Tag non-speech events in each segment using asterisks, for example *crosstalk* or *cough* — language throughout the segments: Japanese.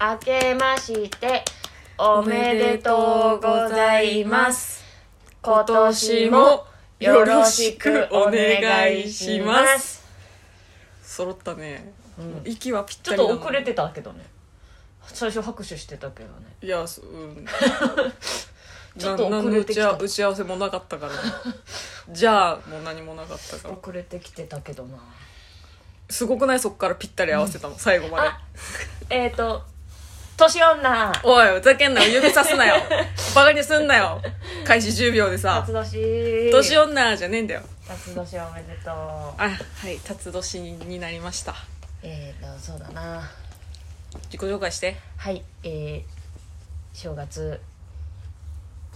明けましておめでとうございます今年もよろしくお願いします揃ったね、うん息はぴっちたょっりだとな遅れてたけどね最初拍手してたけどねいやそうん *laughs* ちょっとな遅れてきた何の打ち合打ち合わせもな *laughs* かったからじゃあもう何もなかったから遅れてきてたけどなすごくないそっからぴったり合わせたの最後まであえっ、ー、と年女おいふざけんなよ指さ *laughs* すなよバカにすんなよ開始10秒でさ辰年「年女」じゃねえんだよ辰年おめでとうあはい辰年になりましたえっ、ー、とそうだな自己紹介してはいえー、正月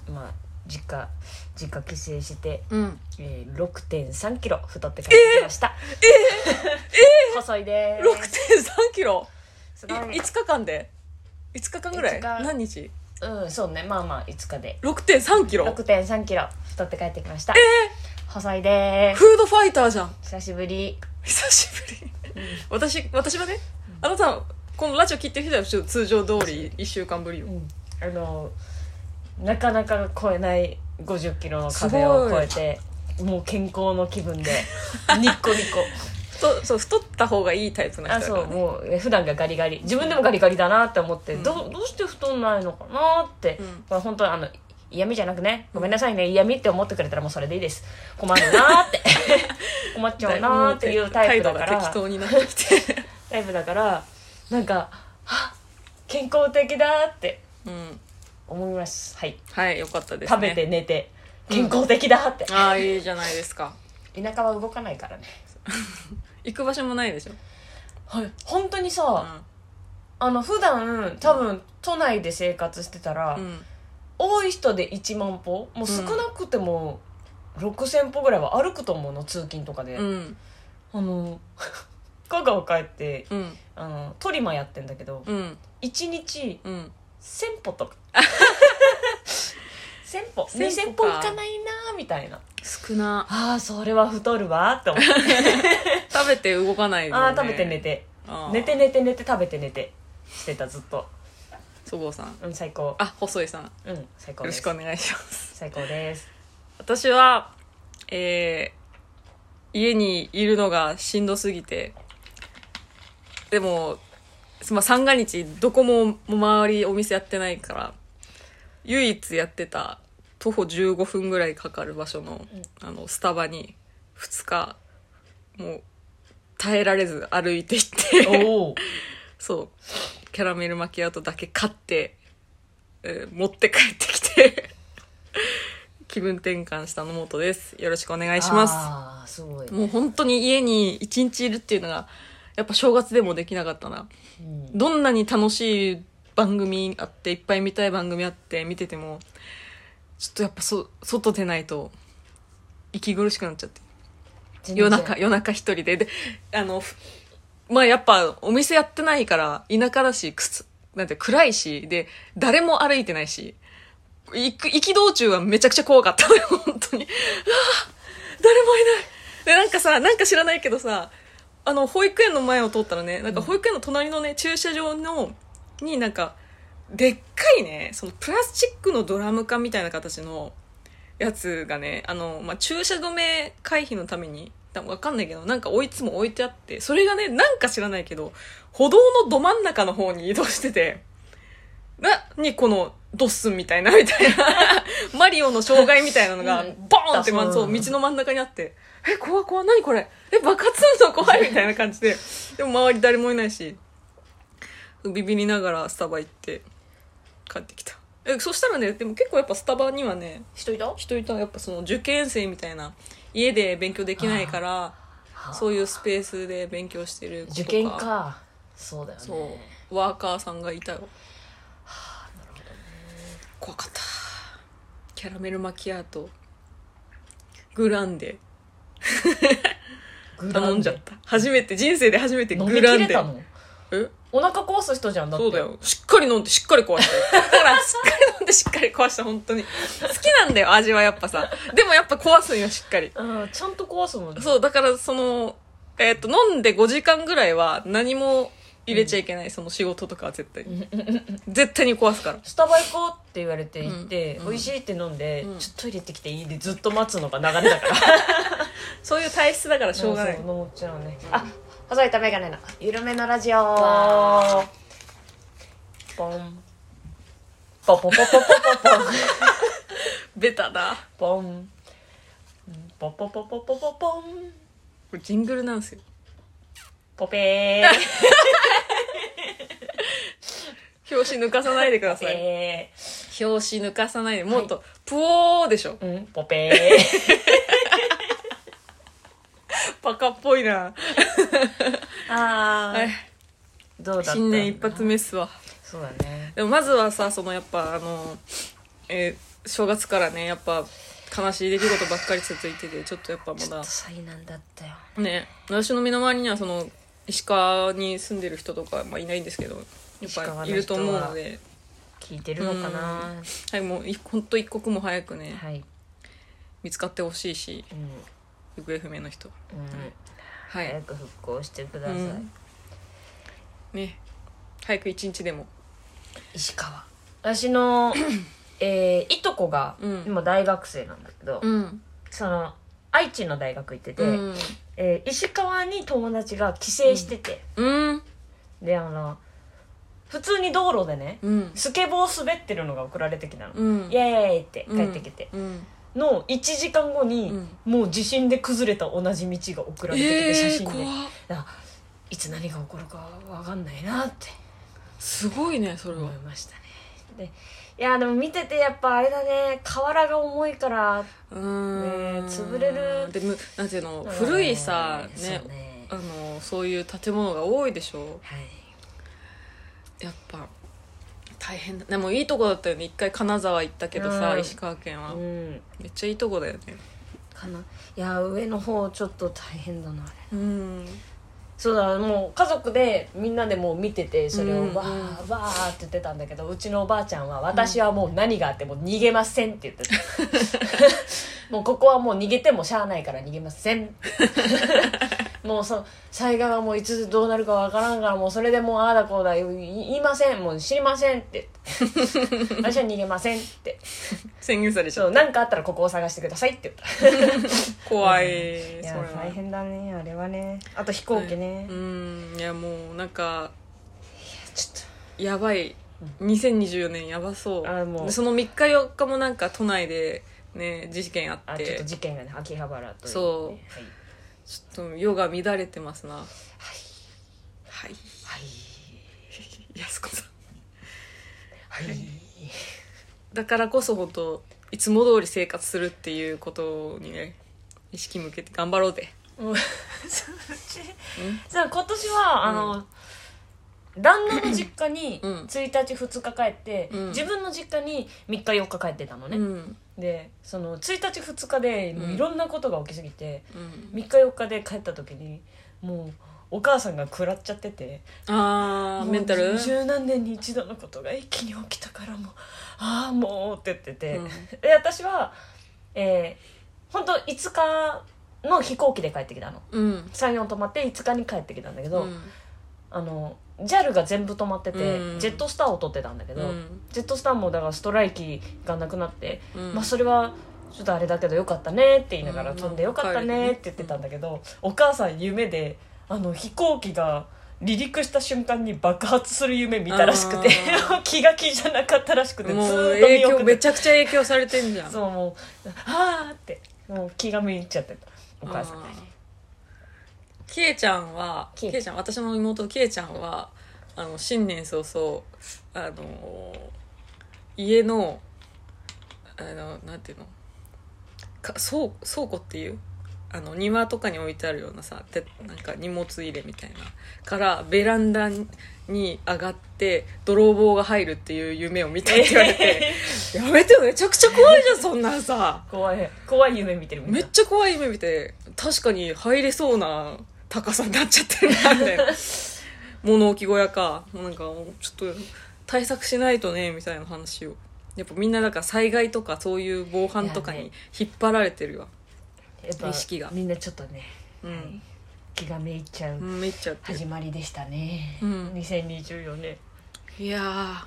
まあ実家実家帰省して、うんえー、6 3キロ太って帰ってきましたええ細いで6ーす3キロすいごい5日間で5日間ぐらい五日何日うんそうねまあまあ5日で6.3キロ6 3キロ太って帰ってきましたえ細いでー、ーフードファイターじゃんす *laughs* 久しぶり久しぶり私私はねあなたこのラジオ聞いてる人はちょっと通常通り1週間ぶりようんあのなかなか超えない5 0キロの壁をすご超いえてもう健康の気分でニッコニコとそう太った方がいいタイプの人あだかそらうねもうえ普段がガリガリ自分でもガリガリだなって思って、うんどうどうして太んないのかなって、うんこれ本当にあの嫌味じゃなくねごめんなさいね嫌味って思ってくれたらもうそれでいいです困るなー *laughs* って困っちゃうなーっていうタイプだか態ら度が適当になってき *laughs* てタイプだからなんかあ健康的だーってうん思いますはいはいよかったです、ね、食べて寝て健康的だって、ああいいじゃないですか田舎は動かないからね行く場所もないでしょ、はい本当にさ、うあの普段多分都内で生活してたら、んうん、多い人で1万歩もう少なくても6,000歩ぐらいは歩くと思うの通勤とかで、うんあの香川帰ってうんあのトリマやってんだけどうん1日うん1,000歩と *laughs* か1,000歩1000 2,000歩歩かいかないなーみたいな少なああそれは太るわーって思って食べて動かないの、ね、ああ食べて寝てあー寝て寝て寝て食べて寝てしてたずっとそごうさんうん最高あ細井さんようん最高ろでしすくお願いします最高です私は、えー家にいるのがしんどすぎて、でも、まあ、三が日、どこも周りお店やってないから、唯一やってた、徒歩15分ぐらいかかる場所の、あの、スタバに、2日、もう、耐えられず歩いて行って、おおそう、キャラメルマキアートだけ買って、えー持って帰ってきて、 *laughs* 気分転換した野本です。よろしくお願いします。ああすごい、もう本当に家に一日いるっていうのが、やっぱ正月でもできなかったな。うんどんなに楽しい番組あって、いっぱい見たい番組あって見てても、ちょっとやっぱそ、外出ないと、息苦しくなっちゃって。全然夜中夜中一人でであのふまあやっぱお店やってないから田舎だしくつなんて暗いしで誰も歩いてないし行く行き道中はめちゃくちゃ怖かったのよ *laughs* 本当にうわあ誰もいないでなんかさなんか知らないけどさあの保育園の前を通ったらねなんか保育園の隣のね駐車場のになんかでっかいねそのプラスチックのドラム缶みたいな形のやつがねあの、まあ、駐車止め回避のために多分わかんないけどなんかいつも置いてあってそれがねなんか知らないけど歩道のど真ん中の方に移動しててなにこのドッスンみたいなみたいなマリオの障害みたいなのがうんボーンって、まうんそう道の真ん中にあって「え怖い怖い何これえ爆発するの *laughs* 怖い」みたいな感じででも周り誰もいないしビビりながらスタバ行って帰ってきたえそしたらねでも結構やっぱスタバにはね人いた人々はやっぱその受験生みたいな家で勉強できないからそういうスペースで勉強してる子とか受験かそうだよねそうワーカーさんがいたよ怖かったキャラメルマキアートグランデグランデ頼んじゃった初めて人生で初めて飲グみラ切ンれデたのえお腹壊す人じゃんだってそうだよしっかり飲んでしっかり壊したよだからしっかり飲んでしっかり壊した本当に好きなんだよ味はやっぱさでもやっぱ壊すんよしっかりうんちゃんと壊すもんねそう、だからその、えっ、と、飲んで5時間ぐらいは何も入れちゃいけない、その仕事とかは絶対に絶対に壊すからスタバ行こうって言われて行って、うん美味しいって飲んで、うんちょっとトイレ行ってきていいでずっと待つのが流れだからそういう体質だ *laughs* からしょうがないそ思っちゃうねあ細いたメガネの緩めのラジオポンポポポポポポポンベタだポンポポポポポポポンこれジングルなんですよポペー *laughs* 表紙抜かさないでくだポさいペ表紙抜かさないでもっとプオーでしょーうんポペーバカっぽいなあはいどうだった新年一発目っすわそうだねでもまずはさそのやっぱあの、えー正月からねやっぱ悲しい出来事ばっかり続いててちょっとやっぱまちょっだと災難だったよね私の身の回りにはその石川に住んでる人とか、まあ、いないんですけどやっ石川ぱのいると思うので、聞いてるのかなはい、もういほんと一刻も早くね、はい見つかってほしいしうん行方不明の人うんは早い、く復興してくださういん、ね早く一日でも石川私 *clears throat* のえーいとこがうん今大学生なんだけどうんその愛知の大学行ってて、うんえー石川に友達が帰省してて、うんであの普通に道路でねうんスケボー滑ってるのが送られてきたの、うんイエーイって帰ってきて、うんの1時間後に、うんもう地震で崩れた同じ道が送られてきて、え写ー、真で怖っだからいつ何が起こるか分かんないなってすごいねそれは思いましたねでいやでも見ててやっぱあれだね瓦が重いからうーんね潰れるでむなんていうの古いさうんねそうねあのそういう建物が多いでしょはいやっぱ大変だでもいいとこだったよね一回金沢行ったけどさ、うん石川県は、うんめっちゃいいとこだよねかないや上の方ちょっと大変だなあれうんそうだもう家族でみんなでもう見ててそれうをんわーわーって言ってたんだけどうちのおばあちゃんは「私はもう何があっても逃げません」って言って *laughs* たもうここはもう逃げてもしゃあないから逃げませ *laughs* んもうそ災害はもういつどうなるかわからんからもうそれでもうああだこうだ言い言いませんもう知りませんって言って私は逃げませんって宣言されちゃそうう何かあったらここを探してくださいって言った怖い、いそやれは大変だねあれはねあと飛行機ね、うんいやもうなんかちょやばい2024年やばそうあもうでその3日4日もなんか都内でね事件あっとあっちょってと事件がね秋葉原というねそうはい、ちょっと世が乱れてますなはいはい安子さんはいはいだからこそ本当いつも通り生活するっていうことにね意識向けて頑張ろうぜもうそのうちじゃあ今年はあの、旦那の実家にうん1日2日帰って、うん自分の実家に3日4日帰ってたのね、うんでその1日2日でもういろんなことが起きすぎて、うん3日4日で帰った時にもうお母さんが食らっちゃっててあーもうメンタル十何年に一度のことが一気に起きたからもうああもうって言ってて、うん *laughs* で私はえー、本当5日の飛行機で帰ってきたのうん34泊まって5日に帰ってきたんだけど、うんあの JAL が全部止まってて、うんジェットスターを取ってたんだけうど、んジェットスターもだからストライキがなくなって、うんまあそれはちょっとあれだけどよかったねって言いながらうん飛んでよかったまあねって言ってたんだけど、お母さん夢であの飛行機が離陸した瞬間に爆発する夢見たらしくてあ *laughs* 気が気じゃなかったらしくてずもうーっと影見響送っめてちゃくちゃ影響されてんじゃんそうもうああってもう気が向いちゃってたお母さんあーケイちゃんはケケイイちゃん私の妹のケイちゃんはあの新年早々あのー家のあのなんていうのか倉倉庫っていうあの庭とかに置いてあるようなさてなんか荷物入れみたいなからベランダに上がって泥棒が入るっていう夢を見たって言われ *laughs* てやめてよめちゃくちゃ怖いじゃんそんなんさ怖い怖い夢見てるみんめなっちゃ怖い夢見て確かに入れそうな高さになっちゃってるなみた *laughs* いな物置小屋かもうなんかちょっと対策しないとねみたいな話をやっぱみんなだから災害とかそういう防犯とかいやねに引っ張られてるわ、やっぱ意識がみんなちょっとね、うんはい気がめいっちゃううんめっちゃってる始まりでしたね、うん2024年いやー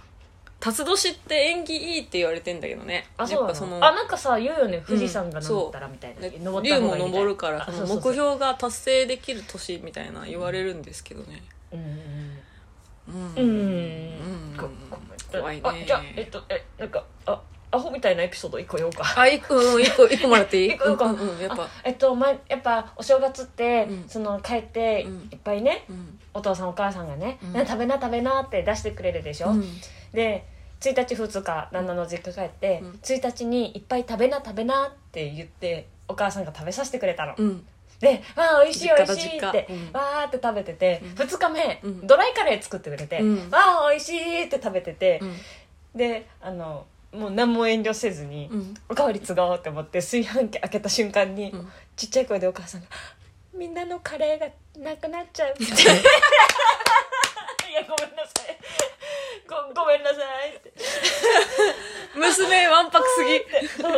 辰年って縁起いいって言われてんだけどねあそうやっなぱそののあなんかさ言うよね富士山が登ったらみたいな、ね登った方竜がいいもみたいな登るからそのあそ目うそうそう標が達成できる年みたいな言われるんですけどねうんうんうんうんうんこご怖めいんねあじゃあえっとえなんかあアホみたいなエピソード一個言おうか *laughs* あ一個うん一個一個もら *laughs* っていい一個一個うんうんうんやっぱえっと、ま、やっぱお正月って、うんその帰ってうんいっぱいね、うんお父さんお母さんがね「うんな食べな食べな」って出してくれるでしょ、うんで1日2日旦那の実家帰って、うん1日に「いっぱい食べな食べな」って言ってお母さんが食べさせてくれたの、うんで「わあ美味しい美実家だ味しい」実家って、うんわーって食べてて、うん2日目、うんドライカレー作ってくれて「うんわあ美味しい」って食べててう、んであのもう何も遠慮せずに「うんおかわり継ごう」って思って炊飯器開けた瞬間に、うんちっちゃい声でお母さんが「みんなのカレーがなくなっち *laughs* ゃう」って。いやごめんなさいごごめんなさいって娘わんぱくすぎでその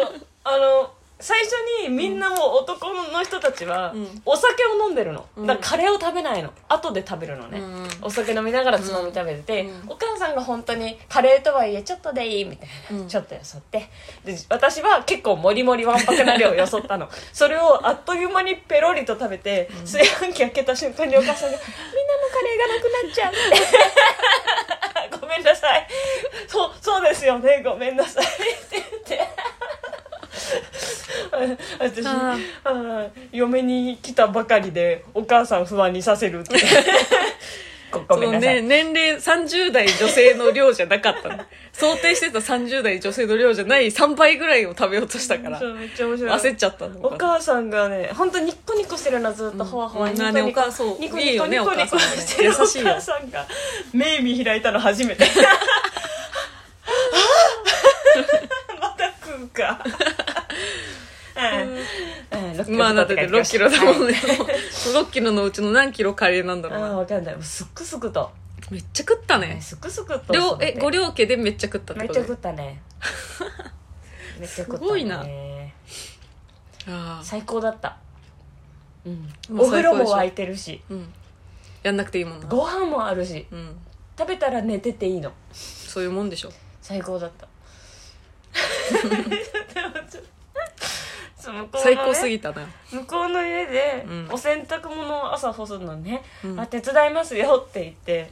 あの最初にみんなもう男の人たちはうんお酒を飲んでるの、うんだからカレーを食べないの後で食べるのね、うんお酒飲みながらつまみ食べてて、うんお母さんが本当にカレーとはいえちょっとでいいみたいな、うんちょっとよそってで私は結構もりもりわんぱくな量よそった *laughs* のそれをあっという間にペロリと食べて、炊飯器開けた瞬間にお母さん *laughs* が「みんなのカレーがなくなっちゃう」って *laughs* ごめんなさいそうそうですよねごめんなさいって言って。 *laughs* 私ああー嫁に来たばかりでお母さん不安にさせるって *laughs* ごごめんなさい、そうね、年齢30代女性の量じゃなかっ *laughs* たの想定してた30代女性の量じゃない3倍ぐらいを食べようとしたからそうめっちゃ面白い焦っちゃったのお母さんがね本当ニッコニコしてるなずっとほわほわうんニコうんあねニおコ母さんそうニコいニいよコねニコニコお母さんねしてるお優しいよ母さんが目見開いたの初め *laughs* てまた食うかうんうんまあだって6キロだもんねね、6キロのうちの何キロカレーなんだろうああな分かんないもうすっくすくとめっちゃ食ったねすくすくと量えご両家でめっちゃ食ったっめってこちゃと食っでた *laughs* ねめっちゃ食ったねすごいなああ最高だった、うん、もうお風最呂高でしょも沸いてるしうんやんなくていいもんなご飯もあるしうん食べたら寝てていいのそういうもんでしょ最高だった *laughs* 最高すぎぎたな向こうの家でうんお洗濯物を朝干すのね、うんあ手伝いますよって言って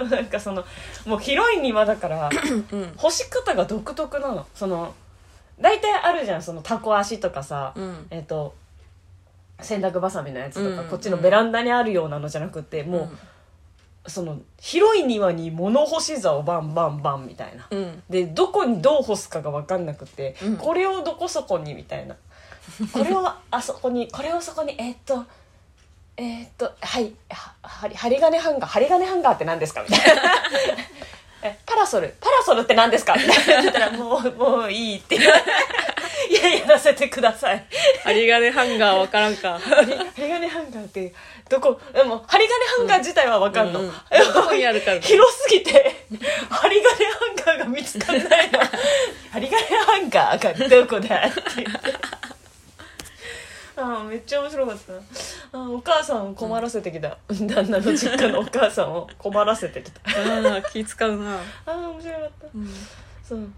う、*laughs* んなんかそのもう広い庭だ *coughs* からうん干し方が独特なのその大体あるじゃんそのタコ足とかさ、うんえっ、と洗濯バサミのやつとか、うんこっちのベランダにあるようなのじゃなくてもう、その広い庭に物干し竿バンバンバンみたいな、うんうんでどこにどう干すかが分かんなくて、うんこれをどこそこにみたいなこれをあそこにこれをそこにえーっとえーっとはいは針針金ハンガー針金ハンガーって何ですかみたい *laughs* なえパラソルパラソルって何ですかみたいな言ったらもうもういいって言われていややらせてください針金ハンガーわからん *laughs* か針金ハンガーってどこでも針金ハンガー自体は分かんの、うんうんでもどこにあるか広すぎて針金ハンガーが見つかんないの針金ハンガーがどこだって言ってああめっちゃ面白かったああお母さんを困らせてきた、 *laughs* 旦那の実家のお母さんを困らせてきたあああ気使うな、あ面白かったうんそう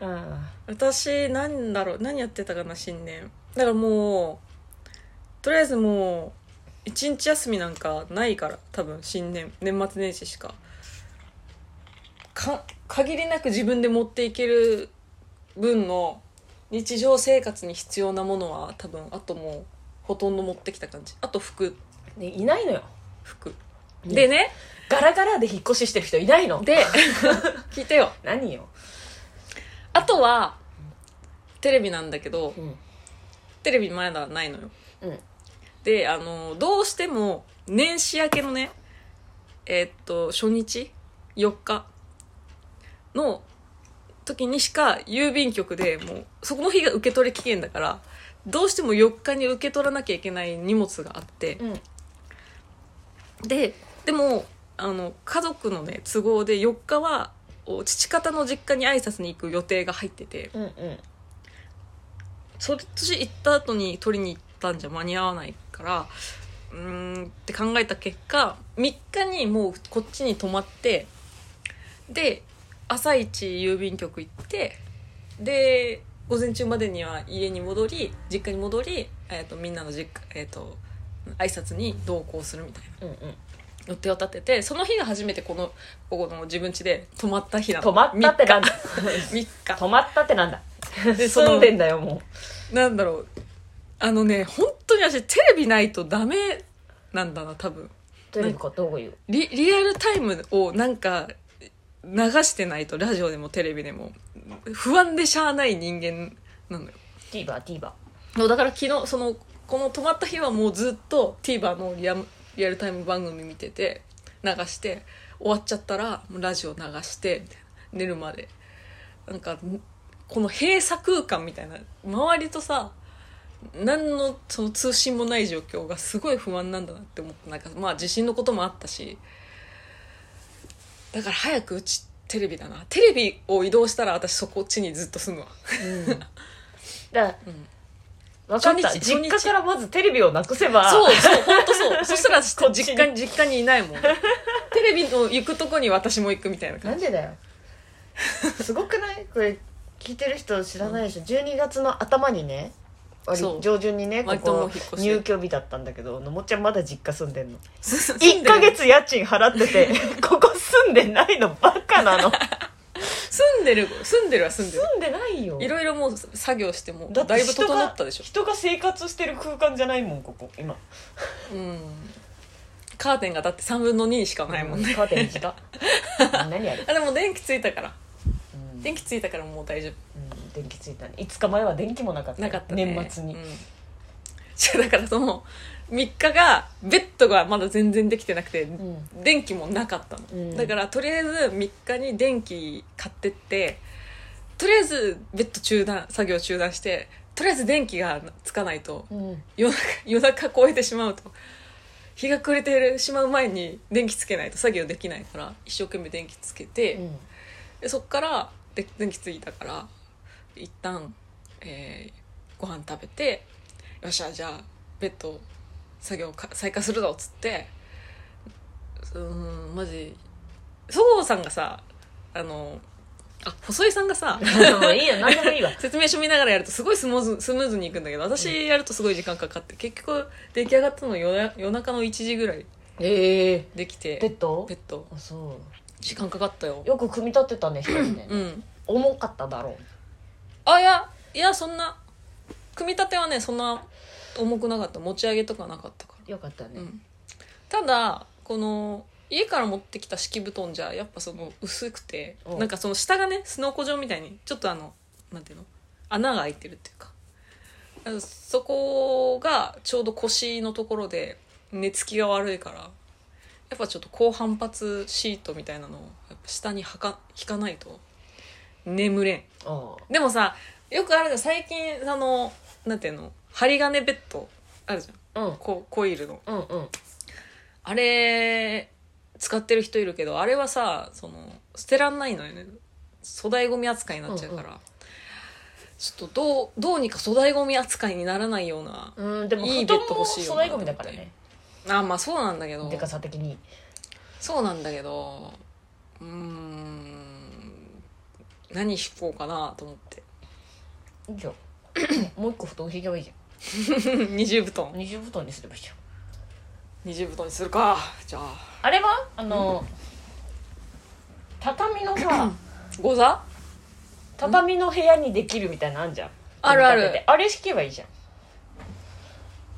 あ私なんだろう何やってたかな新年だからもうとりあえずもう一日休みなんかないから多分新年年末年始しかか限りなく自分で持っていける分の日常生活に必要なものは多分あともうほとんど持ってきた感じあと服あ、ね、いないのよ服ねでねガラガラで引っ越ししてる人いないので聞いてよ何よ、あとはテレビなんだけどうんテレビまだないのようん、であのどうしても年始明けのねえーっと初日4日の時にしか郵便局でもうそこの日が受け取り期限だからどうしても4日に受け取らなきゃいけない荷物があってうんででもあの家族のね都合で4日はお父方の実家に挨拶に行く予定が入っててうんうんそっち行った後に取りに行っったんじゃ間に合わないからうーんって考えた結果3日にもうこっちに泊まってで朝一郵便局行ってで午前中までには家に戻り実家に戻り、えー、とみんなの実家、えー、と挨拶に同行するみたいなうんうん予定を立ててその日が初めてこのここの自分家で泊まった日なの止まったってなんだ3日三日止まったってなんだでその住んでんだよもなんだろうあのね本当に私テレビないとダメなんだな多分うというかどういうリリアルタイムをなんか流してないとラジオでもテレビでも不安でしゃあない人間なのよ TVerTVer そうだから昨日そのこの泊まった日はもうずっと TVer のリアリアルタイム番組見てて流して終わっちゃったらもうラジオ流してみたいな寝るまでなんかんこの閉鎖空間みたいな周りとさ何のその通信もない状況がすごい不安なんだなって思ってなんかまあ地震のこともあったしだから早くうちテレビだなテレビを移動したら私そこっちにずっと住むわうんだからうん分かった初日実家初日からまずテレビをなくせばそうそう、本当 *laughs* そう。そしたら私こっちに実家に、実家にいない *laughs* もん。テレビの行くとこに私も行くみたいなな感んじ。でだよすごくない *laughs* これ聞いてる人知らないでしょ、12月の頭にねあれそう上旬にねこ割ともうこ引っ越して入居日だったんだけどのもっちゃんまだ実家住んでんの住んで1るヶ月家賃払ってて *laughs* ここ住んでないのバカなの住んでる、住んでるは住んでる。 *laughs* 住んでないよいろいろもう作業しても、だってだいぶ人整がったでしょ。人が生活してる空間じゃないもんここ今うん。カーテンがだって3分の2しかないもんね。カーテン短っ何あれ、 *laughs* あ、でも電気ついたから。うん電気ついたからもう大丈夫。うん電気ついたね5日前は電気もなかったよなかったね。年末に、うん *laughs* じゃあだからその、3日が、ベッドがまだ全然できてなくて、うん電気もなかったの、うんだからとりあえず3日に電気買ってってとりあえずベッド中断作業中断してとりあえず電気がつかないとうん夜中 *laughs* 夜中超えてしまうと日が暮れてしまう前に電気つけないと作業できないから一生懸命電気つけて、うんでそっからで電気ついたから一旦、えーご飯食べてよっしゃじゃあベッド作業か再開するぞっつってうーんマジそごうさんがさあのあ細井さんがさもういいよ何でもいい *laughs* わ説明書見ながらやるとすごいスムーズスムーズにいくんだけど私やるとすごい時間かかって結局出来上がったの夜な夜中の1時ぐらいええできてベッドベッドあそ時間かかったようよく組み立てたね一人で、うん重かっただろあいやいやそんな組み立てはねそんな重くなかった持ち上げとかなかったかうよかったね、ら、うん、ただこの家から持ってきた敷布団じゃやっぱその薄くておなんかその下がねスノーコ状みたいにちょっとあのなんていうの穴が開いてるっていうかあのそこがちょうど腰のところで寝つきが悪いからやっぱちょっと高反発シートみたいなのをやっぱ下にはか引かないと眠れんああでもさよくあるじゃん最近あのなんていうの針金ベッドあるじゃんうんこコイルのうんうんあれ使ってる人いるけどあれはさその捨てらんないのよね粗大ゴミ扱いになっちゃうから、ちょっとどうどうにか粗大ゴミ扱いにならないようなうんでもいい布ベ団ッドも欲しいよ粗大ゴミだからねあまあそうなんだけどでかさ的にそうなんだけどうーん何引こうかなと思って *laughs* いい *coughs* じゃんもう一個布団引けばいいじ二重布ゃ団ん二重布団にすればいいじゃん二重布団にするかじゃああれはあの、畳のさござ畳の部屋にできるみたいなのあんじゃんあるある組み立ててあれ引けばいいじゃん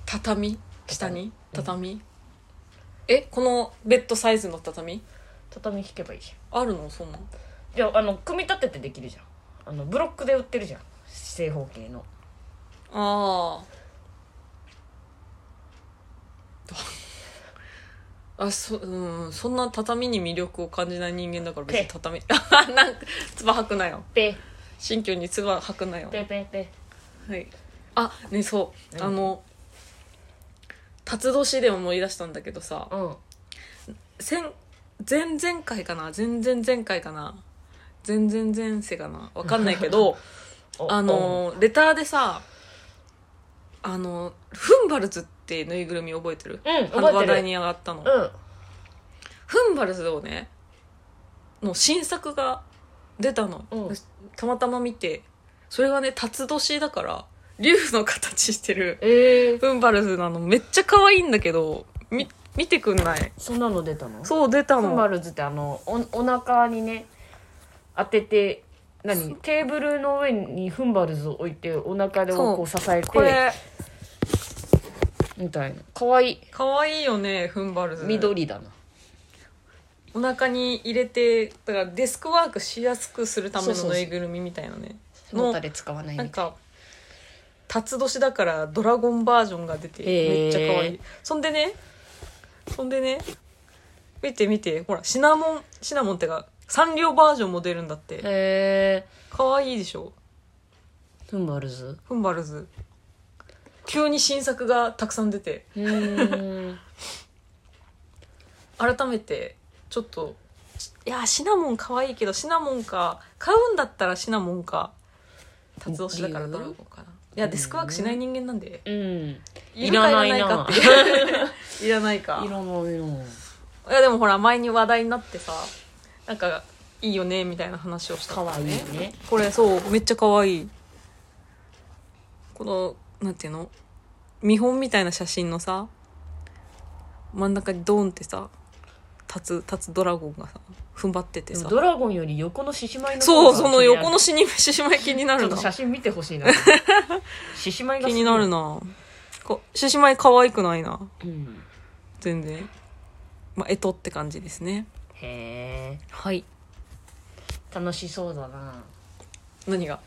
畳下に畳、えこのベッドサイズの畳畳引けばいいじゃんあるのそんなんじゃああの組み立ててできるじゃんあのブロックで売ってるじゃん正方形のあ *laughs* ああそうんそんな畳に魅力を感じない人間だから別に畳 *laughs* なんか唾吐くなよペ新居に唾吐くなよペペペはいあねそう、何あの辰年で思い出したんだけどさうん先前々回かな前々前回かな前 *laughs* 々前世かなわかんないけどおあのレターでさあの、フンバルズってぬいぐるみ覚えてるうんあの覚話えて題るに上がったの。うんフンバルズをね、の新作が出たの。うんたまたま見て、それがね、辰年だから、竜の形してるええフンバルズなの。めっちゃ可愛いんだけど、み、見てくんないそんなの出たのそう、出たフンバの。ルズってあのおお腹にね当てて何テーブルの上にフンバルズを置いてお腹でそうこう支えこてれ、みたいなかわいい可愛いよね、フンバルズ。。緑だなお腹に入れて、だからデスクワークしやすくするためそうのそうそうぬいぐるみみたいなね。背もたれ使わないみたないんか辰年だからドラゴンバージョンが出てへめーっちゃ可愛いそんでねそんでね見て見てほらシナモンシナモンってかサンリオバージョンも出るんだってへえ可愛いでしょフンバルズフンバルズ急に新作がたくさん出てうーん改めてちょっといやーシナモン可愛いけどシナモンか買うんだったらシナモンか辰年だからドラゴンかないやデスクワークしない人間なんでうんいるかいらないか *laughs* って。いらないか。いらないないやでもほら前に話題になってさ、なんかいいよねみたいな話をしたかわいいねこれそう、めっちゃ可愛い。この、なんていうの見本みたいな写真のさ、真ん中にドーンってさ、立つ、立つドラゴンがさ、踏ん張っててでもさ。ドラゴンより横の獅子舞の方そがう、その横の気死に、ししまい気になになるちょるっなと。写真見てほしいな獅子舞が *laughs* 気になるのな。こししまい可愛くないな。うん全然。まあ、えとって感じですね。へえはい。楽しそうだな何が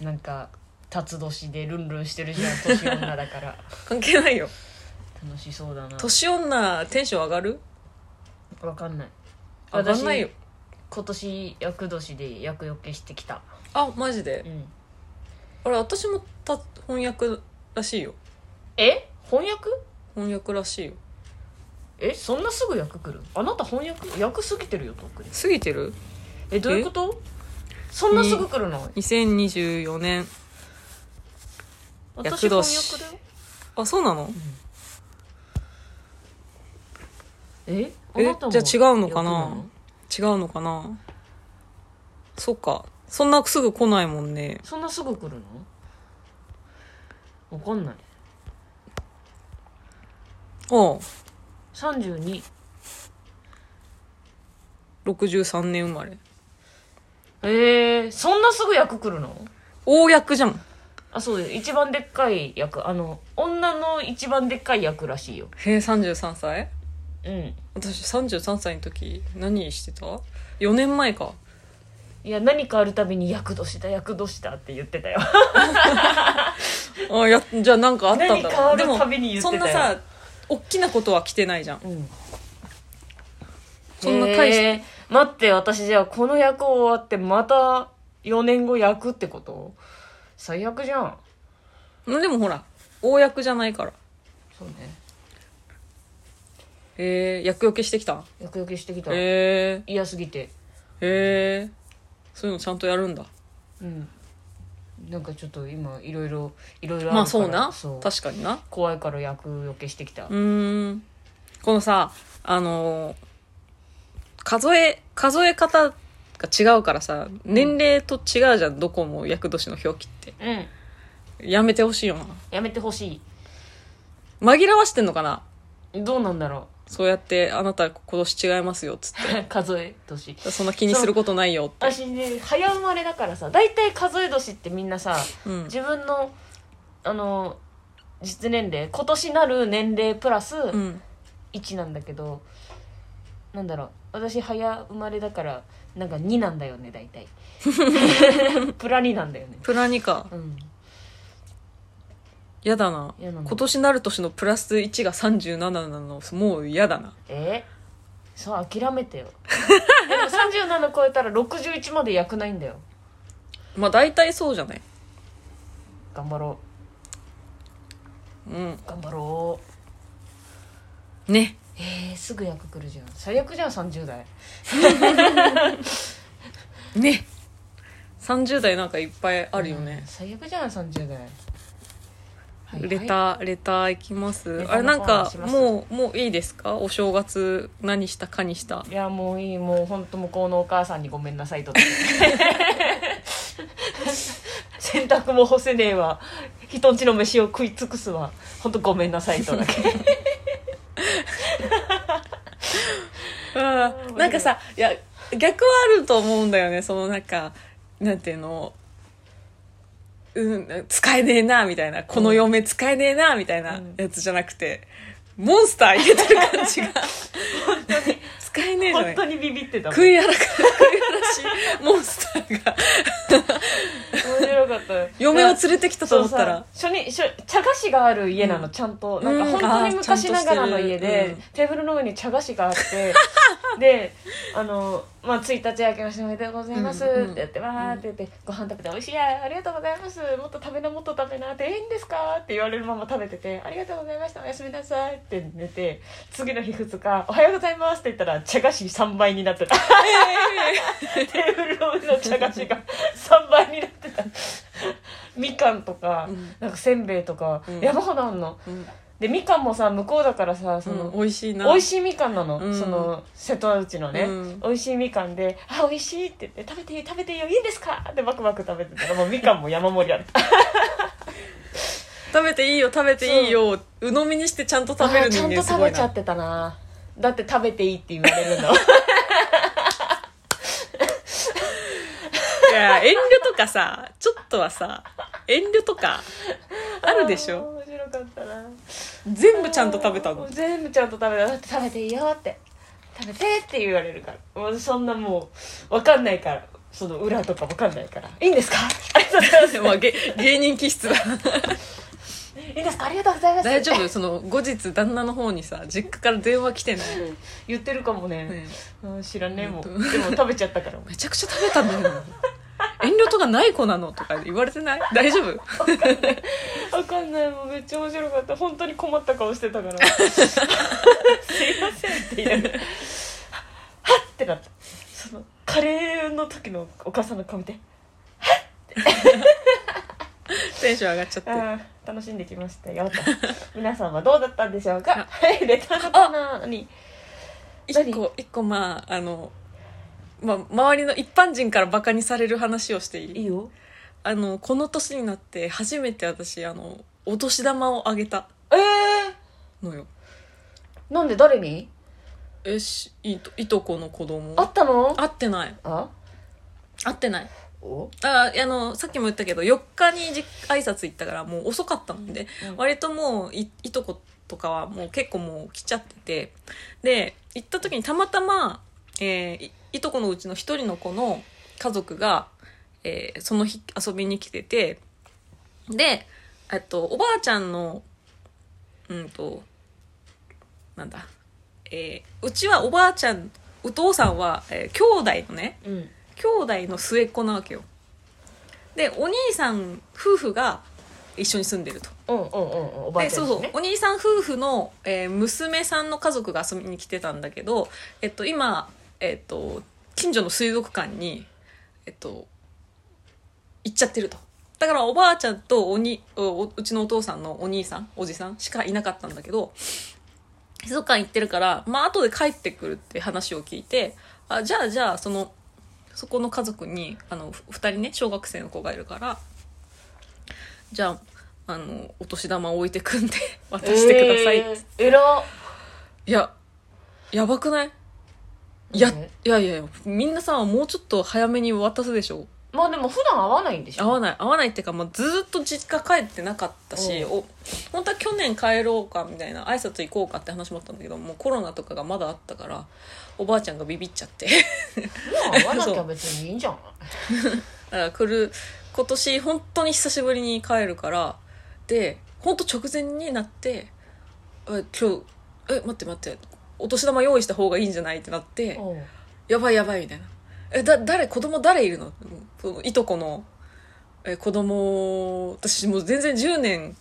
なんか辰年でルンルンしてるじゃん年女だから *laughs* 関係ないよ。楽しそうだな年女、テンション上がるわかんない上がんないよ。今年厄年で厄除けしてきたあ、マジでう。んあれ、私もた翻訳らしいよ。え翻訳翻訳らしいよ。えそんなすぐ役来るあなた翻訳役過ぎてるよ特に過ぎてるえどういうことそんなすぐ来るの ?2024 年。私翻訳だよあ、そうなのえあえなたもじゃあ違うのか役な違うのかなそっか。そんなすぐ来ないもんね。そんなすぐ来るのわかんないああ、 32 63年生まれ。えー、そんなすぐ役来るの大役じゃん。あそうです一番でっかい役あの女の一番でっかい役らしいよへえ、33歳うん私33歳の時何してた ?4 年前か。いや何かあるたびに役年だ役年だって言ってたよあやじゃあなんかあったんだろう何かあるたびに言ってたよでもそんなさ大きなことは来てないじゃんうんそんな大しえー待って私じゃあこの役終わってまた4年後役ってこと最悪じゃんでもほら大役じゃないからそうねへえ役除けしてきた役除けしてきた、へえ嫌すぎてへえそういうのちゃんとやるんだうんなんかちょっと今いろいろいろいろあるからまあそうなそう確かにな怖いから役除けしてきた、うーんこのさあのー数え数え方が違うからさ年齢と違うじゃん、どこも役年の表記ってうんやめてほしいよなやめてほし紛らわしてんのかないどうなんだろそうやってあなた今年違いますよっつってう *laughs* 数え年そんな気にすることないよって。私ね早生まれだからさ大体数え年ってみんなさうん。自分のあの実年齢今年なる年齢プラスうん。 1なんだけど、なんだろう私早生まれだからなんか2なんだよね大体 *laughs* プラ2なんだよねプラ2か。うんやだな。嫌なの今年なる年のプラス1が37なの、もう嫌だな。えそう諦めてよでも37超えたら61まで役ないんだよまあ大体そうじゃない頑張ろうん。う頑張ろうね。えー、すぐ役来るじゃん最悪じゃん30代ね。30代なんかいっぱいあるようねん。最悪じゃん30代はいはいレターレターいきますレターのあれなんコーナかーしますもうもういいですかお正月何したかにしたいやもういいもう本当向こうのお母さんにごめんなさいと洗濯も干せねえわ人んちの飯を食い尽くすわ本当ごめんなさい *laughs* とだけあーなんかさいや逆はあると思うんだよねそのなんかなんていうのうん使えねえなみたいなこの嫁使えねえなみたいなやつじゃなくて、モンスター入れてる感じが *laughs* 使えねえじゃな本い当にビビってたもん食い荒らか食い荒らしモンスターが面白かったよ嫁を連れてきたと思ったらそうさ初に初茶菓子がある家なの、うんちゃんとなんかうん本当に昔ながらの家あーちゃんとしてでる、うんテーブルの上に茶菓子があって *laughs* であの、まあ、1日明けましておめでとうございますうんうんってやってわーって言ってご飯食べて美味しいやありがとうございますもっと食べなもっと食べなってえいいんですかって言われるまま食べててありがとうございましたおやすみなさいって寝て次の日2日おはようございますって言ったら茶菓子3倍にな *laughs* ってたテーブルの上の茶菓子が3倍になってたみかんとか、うんなんかせんべいとか、うん山ほどあんのうんでみかんもさ向こうだからさその、うん美味しいな美味しいみかんなの、うんその瀬戸内のね、うん美味しいみかんで「あ美味しい」って言って「食べていい食べていいよいいんですか?」ってバクバク食べてたらもうみかんも山盛りあった食べていいよ食べていいよ鵜呑みにしてちゃん *laughs* と食べあるーちゃ人ん間とす食ごいべちゃなってたなだって食べていいって言われるのいや遠慮とかさちょっとはさ遠慮とか *laughs* あるでしょあー面白かったな全部ちゃんと食べたものう全部ちゃんと食べただって食べていいよって食べてって言われるからもうそんなもう分かんないからその裏とか分かんないから「いいんですか?」 *laughs* ありがとうございますまあ芸芸人気質だいいんですかありがとうございます大丈夫その後日旦那の方にさ実家から電話来てない、言ってるかもね、ねうん、知らねえもんうでんも食べちゃった *laughs* からもめちゃくちゃ食べたのよ遠慮とかない子なのとか言われてない大丈夫分かんないもうめっちゃ面白かった本当に困った顔してた *laughs* からすいませんって言いながらはっってなったそのカレーの時のお母さんの顔見てテンション上がっちゃってあー楽しんできましたよと皆さんはどうだったんでしょうかあはいレターのコーナーに一個一個まああのまあ、周りの一般人からバカにされる話をしていいいいよあのこの年になって初めて私あのお年玉をあげたえのよー、なんで誰にえしいといとこの子供会ったの会ってないあ会ってないおああのさっきも言ったけど4日にじ挨拶行ったからもう遅かったので、うん割ともういいとことかはもう結構もう来ちゃっててで行った時にたまたま、えーいいとこのうちの一人の子の家族が、えーその日遊びに来ててでえっとおばあちゃんのうんとなんだ、えーうちはおばあちゃんお父さんは、えー兄弟のねうん兄弟の末っ子なわけよでお兄さん夫婦が一緒に住んでるとうんうんうんうんおばあでちゃそんうでそうすねお兄さん夫婦の、えー娘さんの家族が遊びに来てたんだけど、えっと、今、えっと、近所の水族館に、えっと、行っちゃってるとだからおばあちゃんとおにおおうちのお父さんのお兄さんおじさんしかいなかったんだけど水族館行ってるからまあ後で帰ってくるって話を聞いてあじゃあじゃあそのそこの家族にあのふ2人ね小学生の子がいるからじゃああのお年玉置いてくんで *laughs* 渡してください、えー、えらっいややばくないいやいやいやいやみんなさもうちょっと早めに渡すでしょまあでも普段会わないんでし合ょわない合わないっていうか、まあ、ずーっと実家帰ってなかったし、うお本当は去年帰ろうかみたいな挨拶行こうかって話もあったんだけどもうコロナとかがまだあったからおばあちゃんがビビっちゃって *laughs* 普段会わなきゃ別にいいんじゃないだから来る今年本当に久しぶりに帰るからで本当直前になって「え今日え待って待ってお年玉用意した方がいいんじゃない?」ってなっておう「やばいやばい」みたいな「えだ誰子供誰いるの?」そのいとこのえ子供私もう全然10年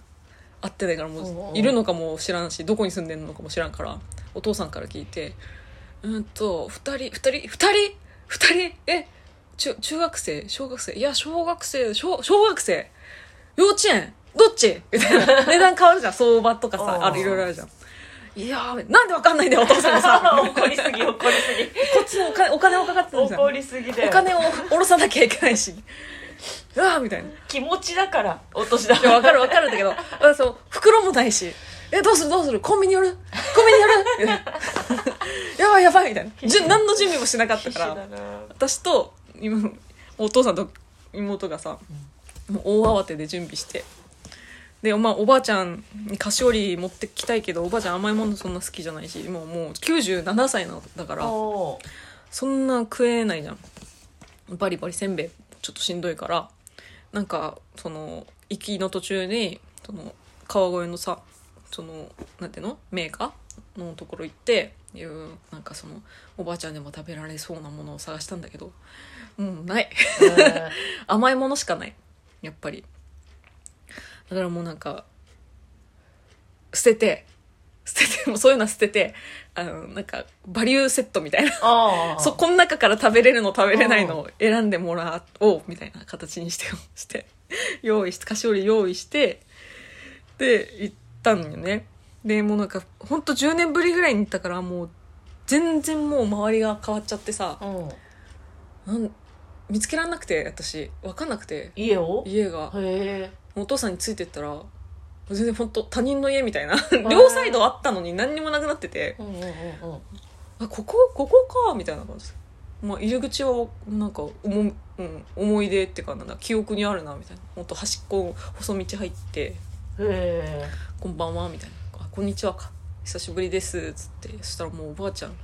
会ってないからおうもおうういるのかも知らんしどこに住んでんのかも知らんからお父さんから聞いて「うんと2人2人2人2人え中中学生小学生いや小学生小小学生幼稚園どっちみた *laughs* いな。値段変わるじゃん。相場とかさ、あー。ある、いろいろあるじゃん。いやー、なんでわかんないんだよ、お父さんが *laughs* さ怒りすぎ怒りすぎこっちのお金お金もかかってるじゃん。怒りすぎだよお金を下ろさなきゃいけないし。うわーみたいな。気持ちだからお年玉いやわかるわかるんだけど、あそう、袋もないし。え、どうするどうするコンビニ寄るコンビニ寄るみたいなやばいやばいみたいな。じゅ何の準備 *laughs* もしなかったから。必死だな私と今お父さんと妹がさ、もう大慌てで準備してで、まあ、おばあちゃんに菓子折り持ってきたいけどおばあちゃん甘いものそんな好きじゃないしもうもう97歳なんだか *laughs* ら *laughs* おーそんな食えないじゃんバリバリせんべいちょっとしんどいからなんかその行きの途中にその川越のさそのなんていうのメーカーのところ行っていうなんかそのおばあちゃんでも食べられそうなものを探したんだけどうんない *laughs* 甘いものしかないやっぱりだからもうなんか捨てて捨ててもうそういうのは捨ててあのなんかバリューセットみたいなあーそこの中から食べれるの食べれないのを選んでもらおうみたいな形にして *laughs* して用意して菓子折り用意してで行ったんよねでもうなんかほんと10年ぶりぐらいに行ったからもう全然もう周りが変わっちゃってさうんなん見つけられなくて私分かんなくて家を家がへえお父さんについてったら全然ほんと他人の家みたいな両サイドあったのに何にもなくなっててうんうんうんうんあここここかみたいな感じですまあ、入り口はなんか思,、うん、思い出っていうかなんだ記憶にあるなみたいなもっと端っこ細道入ってへ「こんばんは」みたいな「あこんにちはか久しぶりです」つってそしたらもうおばあちゃん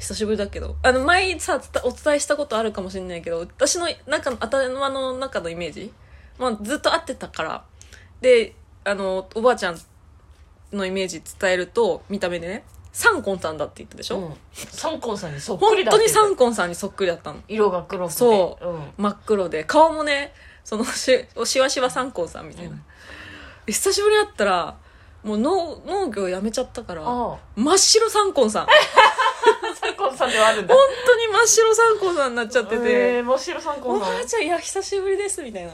久しぶりだけどあの前さつたお伝えしたことあるかもしれないけど私の中の頭の中のイメージ、まあ、ずっと会ってたからであのおばあちゃんのイメージ伝えると見た目でねサンコンさんだって言ったでしえ、ょ、うん、サンコンさんにそっく本りだ当にサ三ンコンさんにそっくりだったの色が黒くて、そうん、真っ黒で顔もねそのししわしわサンコンさんみたいな、うん久しぶりだったらもう農農業やめちゃったからあ真っ白サンコンさん本あサンコンさんではあるんだ当に真っ白サンコンさんになっちゃってて、えー、真っ白サンコおンばさんあちゃんいや久しぶりですみたいな、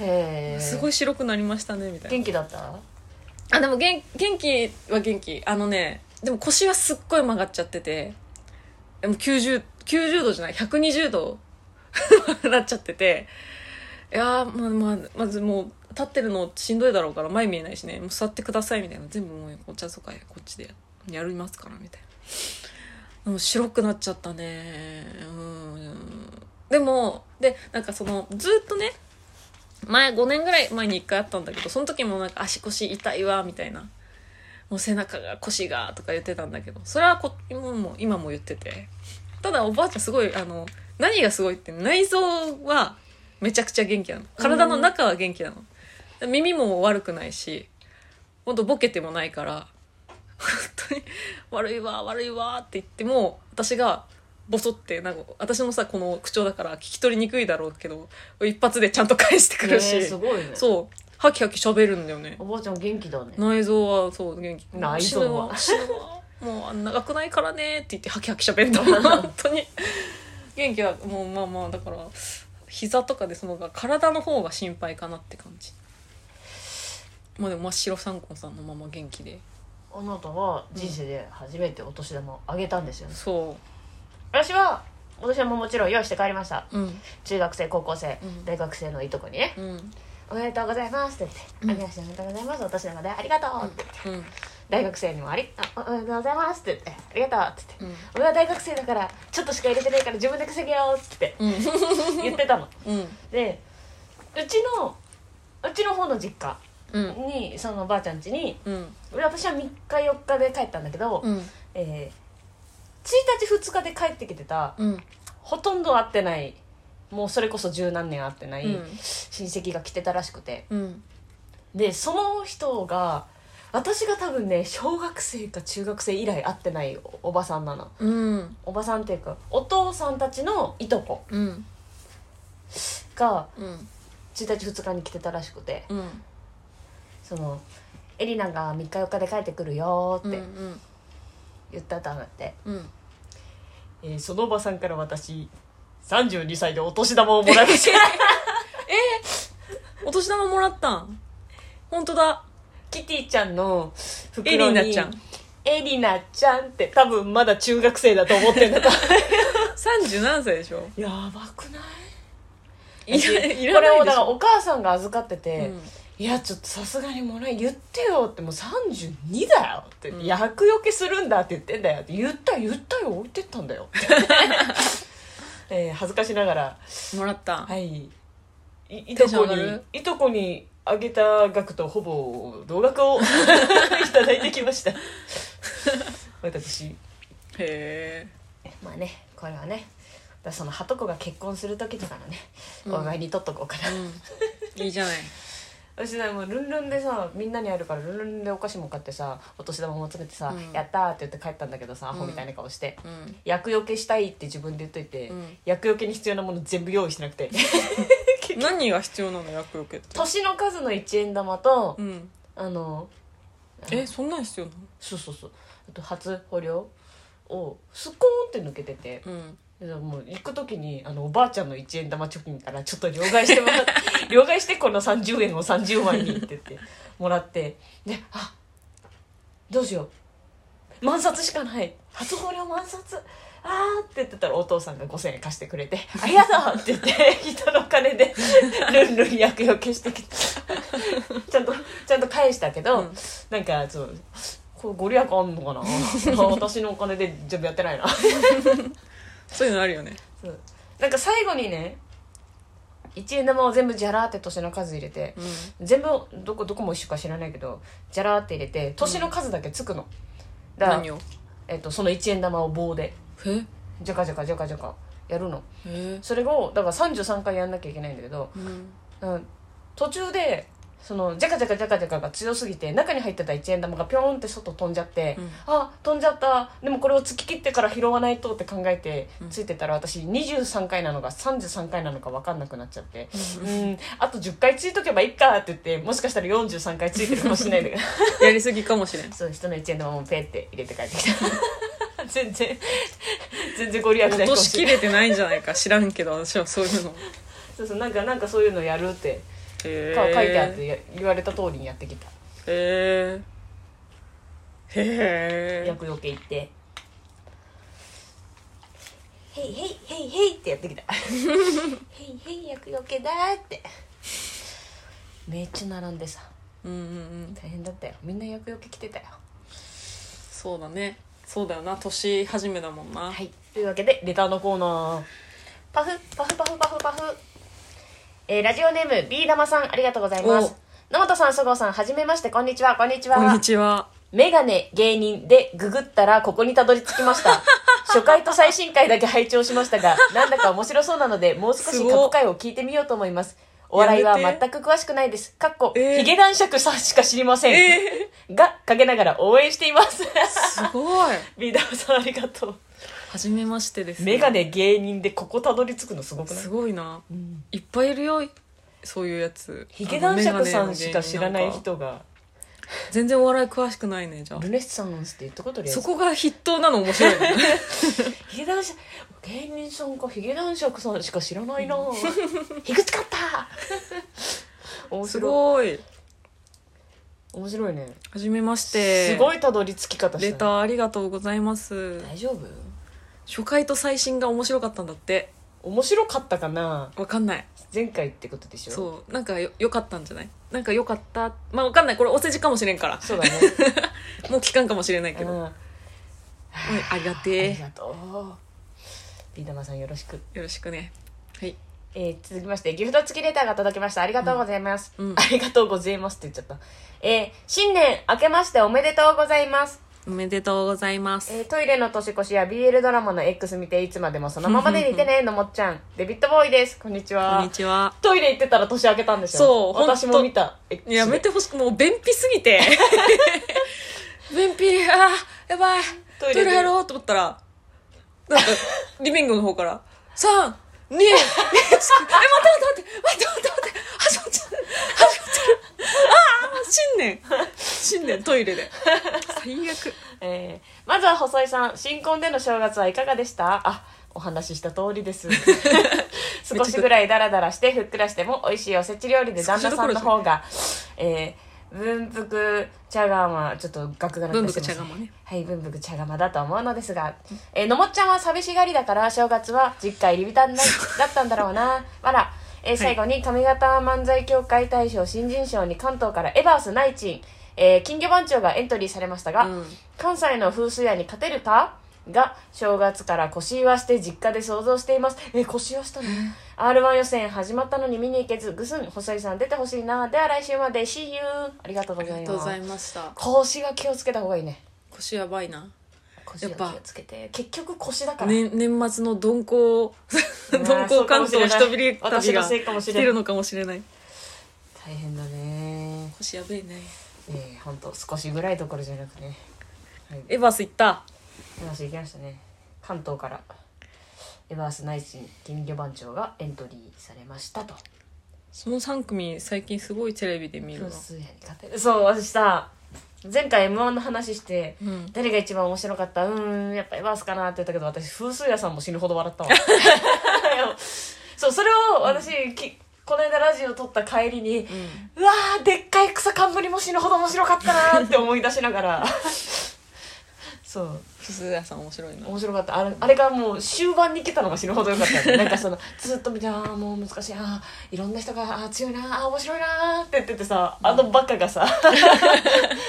へえすごい白くなりましたねみたい元気だったなあでも元元気は元気あのねでも腰はすっごい曲がっちゃっててでも 90, 90度じゃない120度 *laughs* なっちゃってていやーまあまあまずもう立ってるのしんどいだろうから前見えないしねもう座ってくださいみたいな全部もうお茶とかこっちでやりますからみたいなもう白くなっちゃったねうんでもでなんかそのずっとね前5年ぐらい前に1回あったんだけどその時もなんか足腰痛いわみたいなもう背中が腰がとか言ってたんだけどそれはこ今も今も言っててただおばあちゃんすごいあの何がすごいって内臓はめちゃくちゃ元気なの体の中は元気なの耳も悪くないしほんとボケてもないから本当に「悪いわ悪いわ」って言っても私がボソってなんか私のさこの口調だから聞き取りにくいだろうけど一発でちゃんと返してくへえるし、すごいねそうハキハキ喋るんだよねおばあちゃん元気だね内臓はそう元気内死臓ぬはわ死ぬわもう長くないからねって言ってハキハキしゃべんだ *laughs* 本当に元気はもうまあまあだから膝とかでそのが体の方が心配かなって感じまあでも真っ白三ンさんのまま元気であなたは人生で初めてお年玉をあげたんですよね、そ私はお年玉もちろん用意して帰りましたううん中学生高校生、うん大学生のいとこにねうん「おめでとうございます」ってうん言って「あげましておめでとうございますお年玉でありがとう」ってうん大学生にもありあ「おめでとうございます」って言って「ありがとう」って言ってうん「俺は大学生だからちょっとしか入れてないから自分で稼げよ」ってうん言ってたのうんでうちのうちの方の実家うんにそのばあちゃん家にうん俺私は3日4日で帰ったんだけど、うんえー1日2日で帰ってきてたうんほとんど会ってないもうそれこそ十何年会ってないうん親戚が来てたらしくて、うんでその人が私が多分ね小学生か中学生以来会ってないおおばさんなのうんおばさんっていうかお父さんたちのいとこうんがうん1日2日に来てたらしくてうんその「エリナが3日4日で帰ってくるよ」うっんて言ってたんだって、うんえーそのおばさんから私32歳でお年玉をもらいましたお年玉もらったん本当だ。キティちゃんの袋エにリナちゃん。エリナちゃんって多分まだ中学生だと思ってんだと37歳でしょ *laughs* やばくないい私や、いこられないをでだしからょ。お母さんが預かってて、うんいやちょっとさすがにもらえ言ってよってもう32だよって、うん厄除けするんだって言ってんだよって言ったよ言ったよ置いてったんだよ、 *laughs* えー恥ずかしながらもらった。はいいいテとンションこ上がるにいとこにあげた額とほぼ同額を *laughs* いただいてきま *laughs* した私へまあねこれはねだからそのハトコが結婚する時とかのね、うんお祝いに取っとこうかなえ。うん。いいじゃない。私ねもうルンルンでさみんなにあるからルンルンでお菓子も買ってさお年玉も集めてさ「うんやった!」って言って帰ったんだけどさアホみたいな顔して「厄除けしたい」って自分で言っといてうん厄除、けに必要なもの全部用意してなくてうん。何が必要なの厄除けって。年の数の一円玉と、うん。あのえ、そんなん必要なそうそうそうあと初捕虜をスコーンって抜けててのうん。でもう行く時にあのおばあちゃんの一円玉貯金からちょっと両替してもらって両替してこの30円を30枚にって言ってもらってであどうしよう万冊しかない初放料万冊あーって言ってたらお父さんが5,000円貸してくれて「ありがとう!」って言って人の金でルンルン厄除けしてきてちゃんとちゃんと返したけど、うんなんかそうこれご利益あんのかな私のお金で全部やってないなそういうのあるよね。そうなんか最後にね一円玉を全部ジャラーって年の数入れてうん。全部どこどこも一緒か知らないけどジャラーって入れて年の数だけつくの、だから何、をえっとその一円玉を棒でえジャカジャカジャカジャカやるのえそれをだから33回やんなきゃいけないんだけど、うん。うん、途中でそのジャカジャカジャカジャカが強すぎて中に入ってた一円玉がピョーンって外飛んじゃって、うんあ飛んじゃったでもこれを突き切ってから拾わないとって考えてうんついてたら私23回なのか33回なのか分かんなくなっちゃってうんあと10回ついとけばいいかって言ってもしかしたら43回ついてるかもしれないん *laughs* だけどやりすぎかもしれん。そう人の1円玉もペって入れて帰ってきた全然全然ご利益ない落かもとししきれないれてないんじゃないか知らんけど私はそうい *laughs* うのそうそうなんかなんかそういうのやるってへか書いてあってや言われた通りにやってきたへえへえ厄除け行って「へいへいへいへい」ってやってきた「へいへい厄除けだ」ってめっちゃ並んでさうんうんうん大変だったよみんな厄除け来てたよそうだねそうだよな年始めだもんはないというわけでレターのコーナーパフパフパフパフパフえーラジオネームビー玉さんありがとうございます野本さん、そごうさん、はじめまして、こんにちは、こんにちは。こんにちはメガネ芸人でググったらここにたどり着きま *laughs* した。初回と最新回だけ拝聴しましたが、なんだか面白そうなので、もう少すしごっ過去回を聞いてみようと思います。お笑いはやめて全く詳しくないです。かっこ、えーヒゲ男爵さんしか知りません。えが、陰ながら応援しています。すごい *laughs* ビーダーさんありがとう。初めましてですメガネ芸人でここたどり着くのすごくないすごいなうんいっぱいいるよそういうやつヒゲ男爵さんしか知らないあのメガ人ネの芸人んかが、全然お笑い詳しくないねじゃあルネッサンスって言ったことりあえずそこが筆頭なの面白いねヒゲ男爵芸人さんかヒゲ男爵さんしか知らないなぁ *laughs* ひぐつかった面す白ごいい面白いね初めましてすごいたどり着き方しレたねターありがとうございます大丈夫初回と最新が面白かったんだって面白かったかなわかんない前回ってことでしょそうなんかよ良かったんじゃないなんか良かったまあわかんないこれお世辞かもしれんからそうだ *laughs* ねもう期間かもしれないけうど、んうんあありがてりえがとうビー玉さんよろしく、よろしくねはいえー続きましてギフト付きレターが届きましたありがとうございます、うんうんありがとうございますって言っちゃったえー新年明けましておめでとうございますおめでとうございます、えートイレの年越しや BL ドラマの X 見ていつまでもそのままでいてねのもっちゃんデビットボーイですこんにちはこんにちはトイレ行ってたら年明けたんでしょそうほんと私も見た X でやめてほしくもう便秘すぎて *laughs* 便秘あーやばいトトイレイでレ入ろうと思ったらなんかリビングの方から「3 2 1え待って待って待って待って待って待って始まっちゃう始まっちゃうああ新年新年トイレで最悪えーまずは細井さん新婚での正月はいかがでしたあお話しした通りです *laughs* 少しぐらいダラダラしてふっくらしても美味しいおせち料理で旦那さんの方が、えー文福茶釜ちょっと額がなく文て福すいませ茶ん釜ねはい文福茶釜だと思うのですが、えーのもっちゃんは寂しがりだから正月は実家入り浸んないだったんだろう *laughs* なあら、えー最後に上方漫才協会大賞新人賞に関東からエバースナイチン、えー金魚番長がエントリーされましたが、うん関西の風水屋に勝てるかが正月から腰はして実家で想像していますえ腰はしたの r 1予選始まったのに見に行けずぐすん細井さん出てほしいなでは来週まで See you ありがとうごありざがいとうまごすざいました腰が気をつけた方がいいね腰やばいな、腰がやっぱ気をつけて結局腰だから、ね、年末の鈍行うわー *laughs* 鈍そ行関東うかも人しびれないり旅私のがせいかもし来れなているのかもしれない大変だね腰やべえねええ本当少しぐらいどころじゃなくねはいエバース行ったエバース行きましたね関東からエバース内地金魚番長がエントリーされましたとその3組最近すごいテレビで見る風わ水屋に勝てるそう私さ前回 m 1の話してうん誰が一番面白かったうーんやっぱエバースかなって言ったけど私風水屋さんも死ぬほど笑ったわ *laughs* そうそれを私、きこの間ラジオ撮った帰りに、うわーでっかい草冠も死ぬほど面白かったなーって思い出しながら *laughs* そう鈴谷さん面白いな面白かったあれあれがもう終盤に来たのが死ぬほどよかった *laughs* ねなんかそのずっと見てああもう難しいあーいろんな人があー強いなあー面白いなーって言っててさあのバカ *laughs* がさ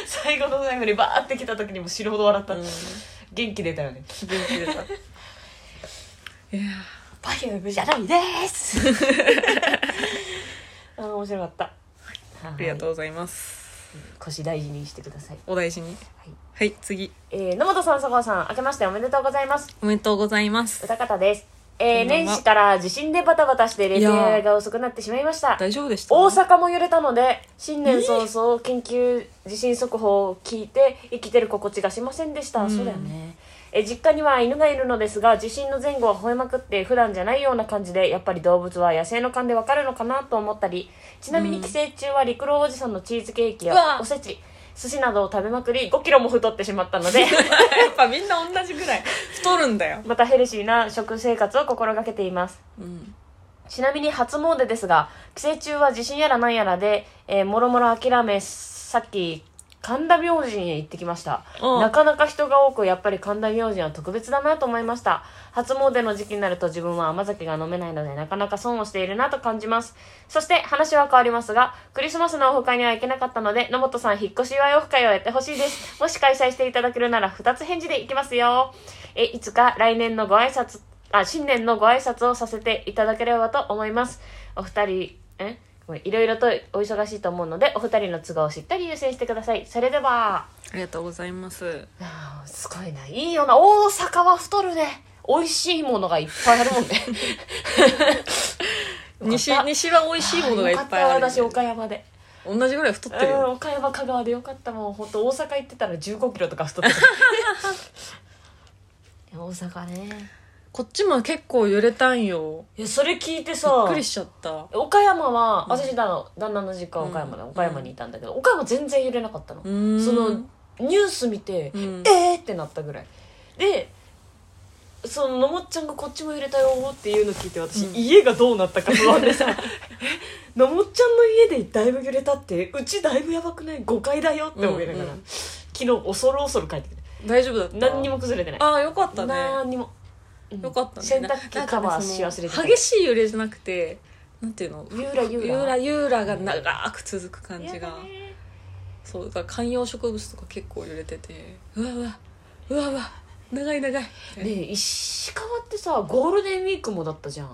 最後の最後にバーって来た時にも死ぬほど笑った、うん元気出たよね元気出た *laughs* いやー「パフュームじゃないでーす」 *laughs* あー面白かったあありがとううございます腰大事にしてください、お大事にはいはい次えー、野本さん佐川さん明けましておめでとうございますおめでとうございます歌方です、えこー、んばんは年始から地震でバタバタしてレジェが遅くなってしまいました大丈夫でした大阪も揺れたので新年早々緊急地震速報を聞いて生きてる心地がしませんでした、うんそうだよねえ実家には犬がいるのですが地震の前後は吠えまくって普段じゃないような感じでやっぱり動物は野生の勘でわかるのかなと思ったりちなみにうん帰省中は陸郎おじさんのチーズケーキうわやおせち寿司などを食べまくり5キロも太ってしまったの *laughs* で *laughs* やっぱみんな同じぐらい太るんだよ、またヘルシーな食生活を心がけていますうん、ちなみに初詣ですが帰省中は地震やらなんやらで、えーもろもろ諦めさっき神田明神へ行ってきましたうんなかなか人が多くやっぱり神田明神は特別だなと思いました初詣の時期になると自分は甘酒が飲めないのでなかなか損をしているなと感じますそして話は変わりますがクリスマスのオフ会には行けなかったので野本さん引っ越し祝いオフ会をやってほしいですもし開催していただけるなら2つ返事で行きますよえいつか来年のご挨拶あ新年のご挨拶をさせていただければと思いますお二人えごめんいろいろとお忙しいと思うのでお二人の都合をしっかり優先してくださいそれではありがとうございますあーすごいないいよな大阪は太るね美味しいものがいっぱいあるもんね西よかった西は美味しいものがいっぱいあよるかった私岡山で同じぐらい太ってるうんよ岡山香川でよかったもん本当大阪行ってたら1 5キロとか太ってたいや大阪ねこっちも結構揺れたんよいやそれ聞いてびさっくりしちゃった岡山は、うん私だの旦那の実家は岡山で、うん岡山にいたんだけど岡山全然揺れなかったの、うーんそのニュース見て、うんえーってなったぐらいでそののもっちゃんがこっちも揺れたよーっていうの聞いて私、うん家がどうなったか不安でさ *laughs* えのもっちゃんの家でだいぶ揺れたってうちだいぶやばくない5階だよって思いながら、うんうん昨日恐る恐る帰ってきて大丈夫だった何にも崩れてないああよかったね何にも、うんよかったね洗濯機カバーし忘れてなんかねその激しい揺れじゃなくてなんていうのゆらゆらゆらゆらが長く続く感じやがだねそうだから観葉植物とか結構揺れててうわうわうわうわ長い長いねえ石川ってさゴールデンウィークもだったじゃん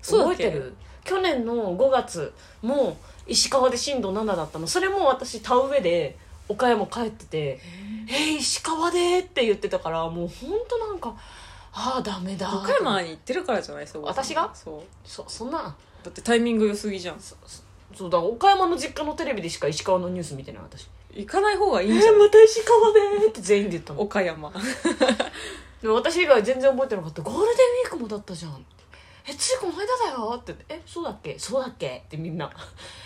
そうだ覚っえけてる去年の5月も石川で震度7だったのそれも私田植えで岡山帰ってて「えー、石川で?」って言ってたからもうほんとなんか「ああダメだ」岡山に行ってるからじゃないそう私がそうそそんなだってタイミング良すぎじゃんそそそうだ岡山の実家のテレビでしか石川のニュース見てない私行かない方がい「えいんじゃんー、また石川で?」って全員で言ったの岡山でも *laughs* 私以外全然覚えてなかった「ゴールデンウィークもだったじゃん」えついこの間だよ」って「えそうだっけそうだっけ?」ってみんな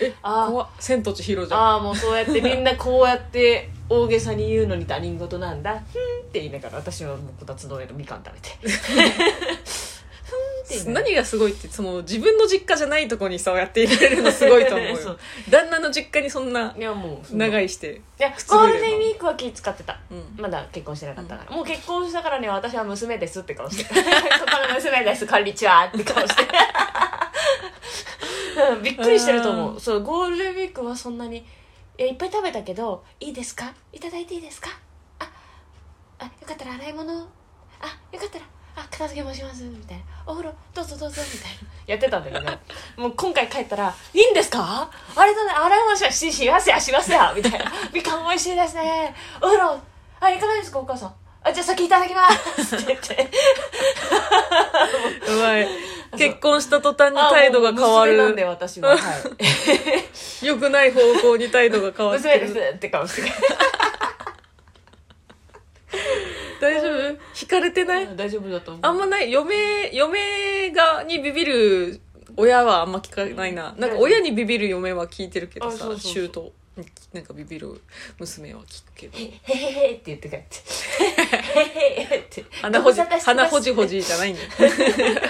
え *laughs* あー怖っ千と千尋じゃんああもうそうやってみんなこうやって大げさに言うのに他人事なんだ「ふん」って言いながら私はもうこたつの上のみかん食べて「ふん」っていのよ何がすごいってその自分の実家じゃないとこにさやっていられるのすごいと思 *laughs* うそうよ旦那の実家にそんないやもう長いいして、やくつろゴいールでるのデンウィークは気使ってたうんまだ結婚してなかったから、もう結婚したからね私は娘ですって顔して *laughs* *laughs* そこの娘ですこんにちはって顔してうんびっくりしてると思ううそうゴールデンウィークはそんなにいやいっぱい食べたけどいいですかいただいていいですかああよかったら洗い物あよかったらあ片付けもしますみたいなお風呂どうぞどうぞみたいなやってたんだけ *laughs* どもう今回帰ったら「いいんですかあれだね洗い物しまししますやしますや」みたいな「みかん美味しいですねお風呂あいかないですかお母さんあじゃあ先いただき *laughs* ます」って言ってうまい結婚した途端に態度が変わあもう娘なんでる私 *laughs* は、はい、良くない方向に態度が変わって娘でるすって顔 *laughs* して大丈夫惹かれてない、大丈夫だと思うあんまない嫁嫁がにビビる親はあんま聞かないななんか親にビビる嫁は聞いてるけどあそうさそうそう周到になんかビビる娘は聞くけどへへへって言って帰ってへへへって鼻ほじご無沙汰してます鼻ほじほじじゃないんだよ *laughs*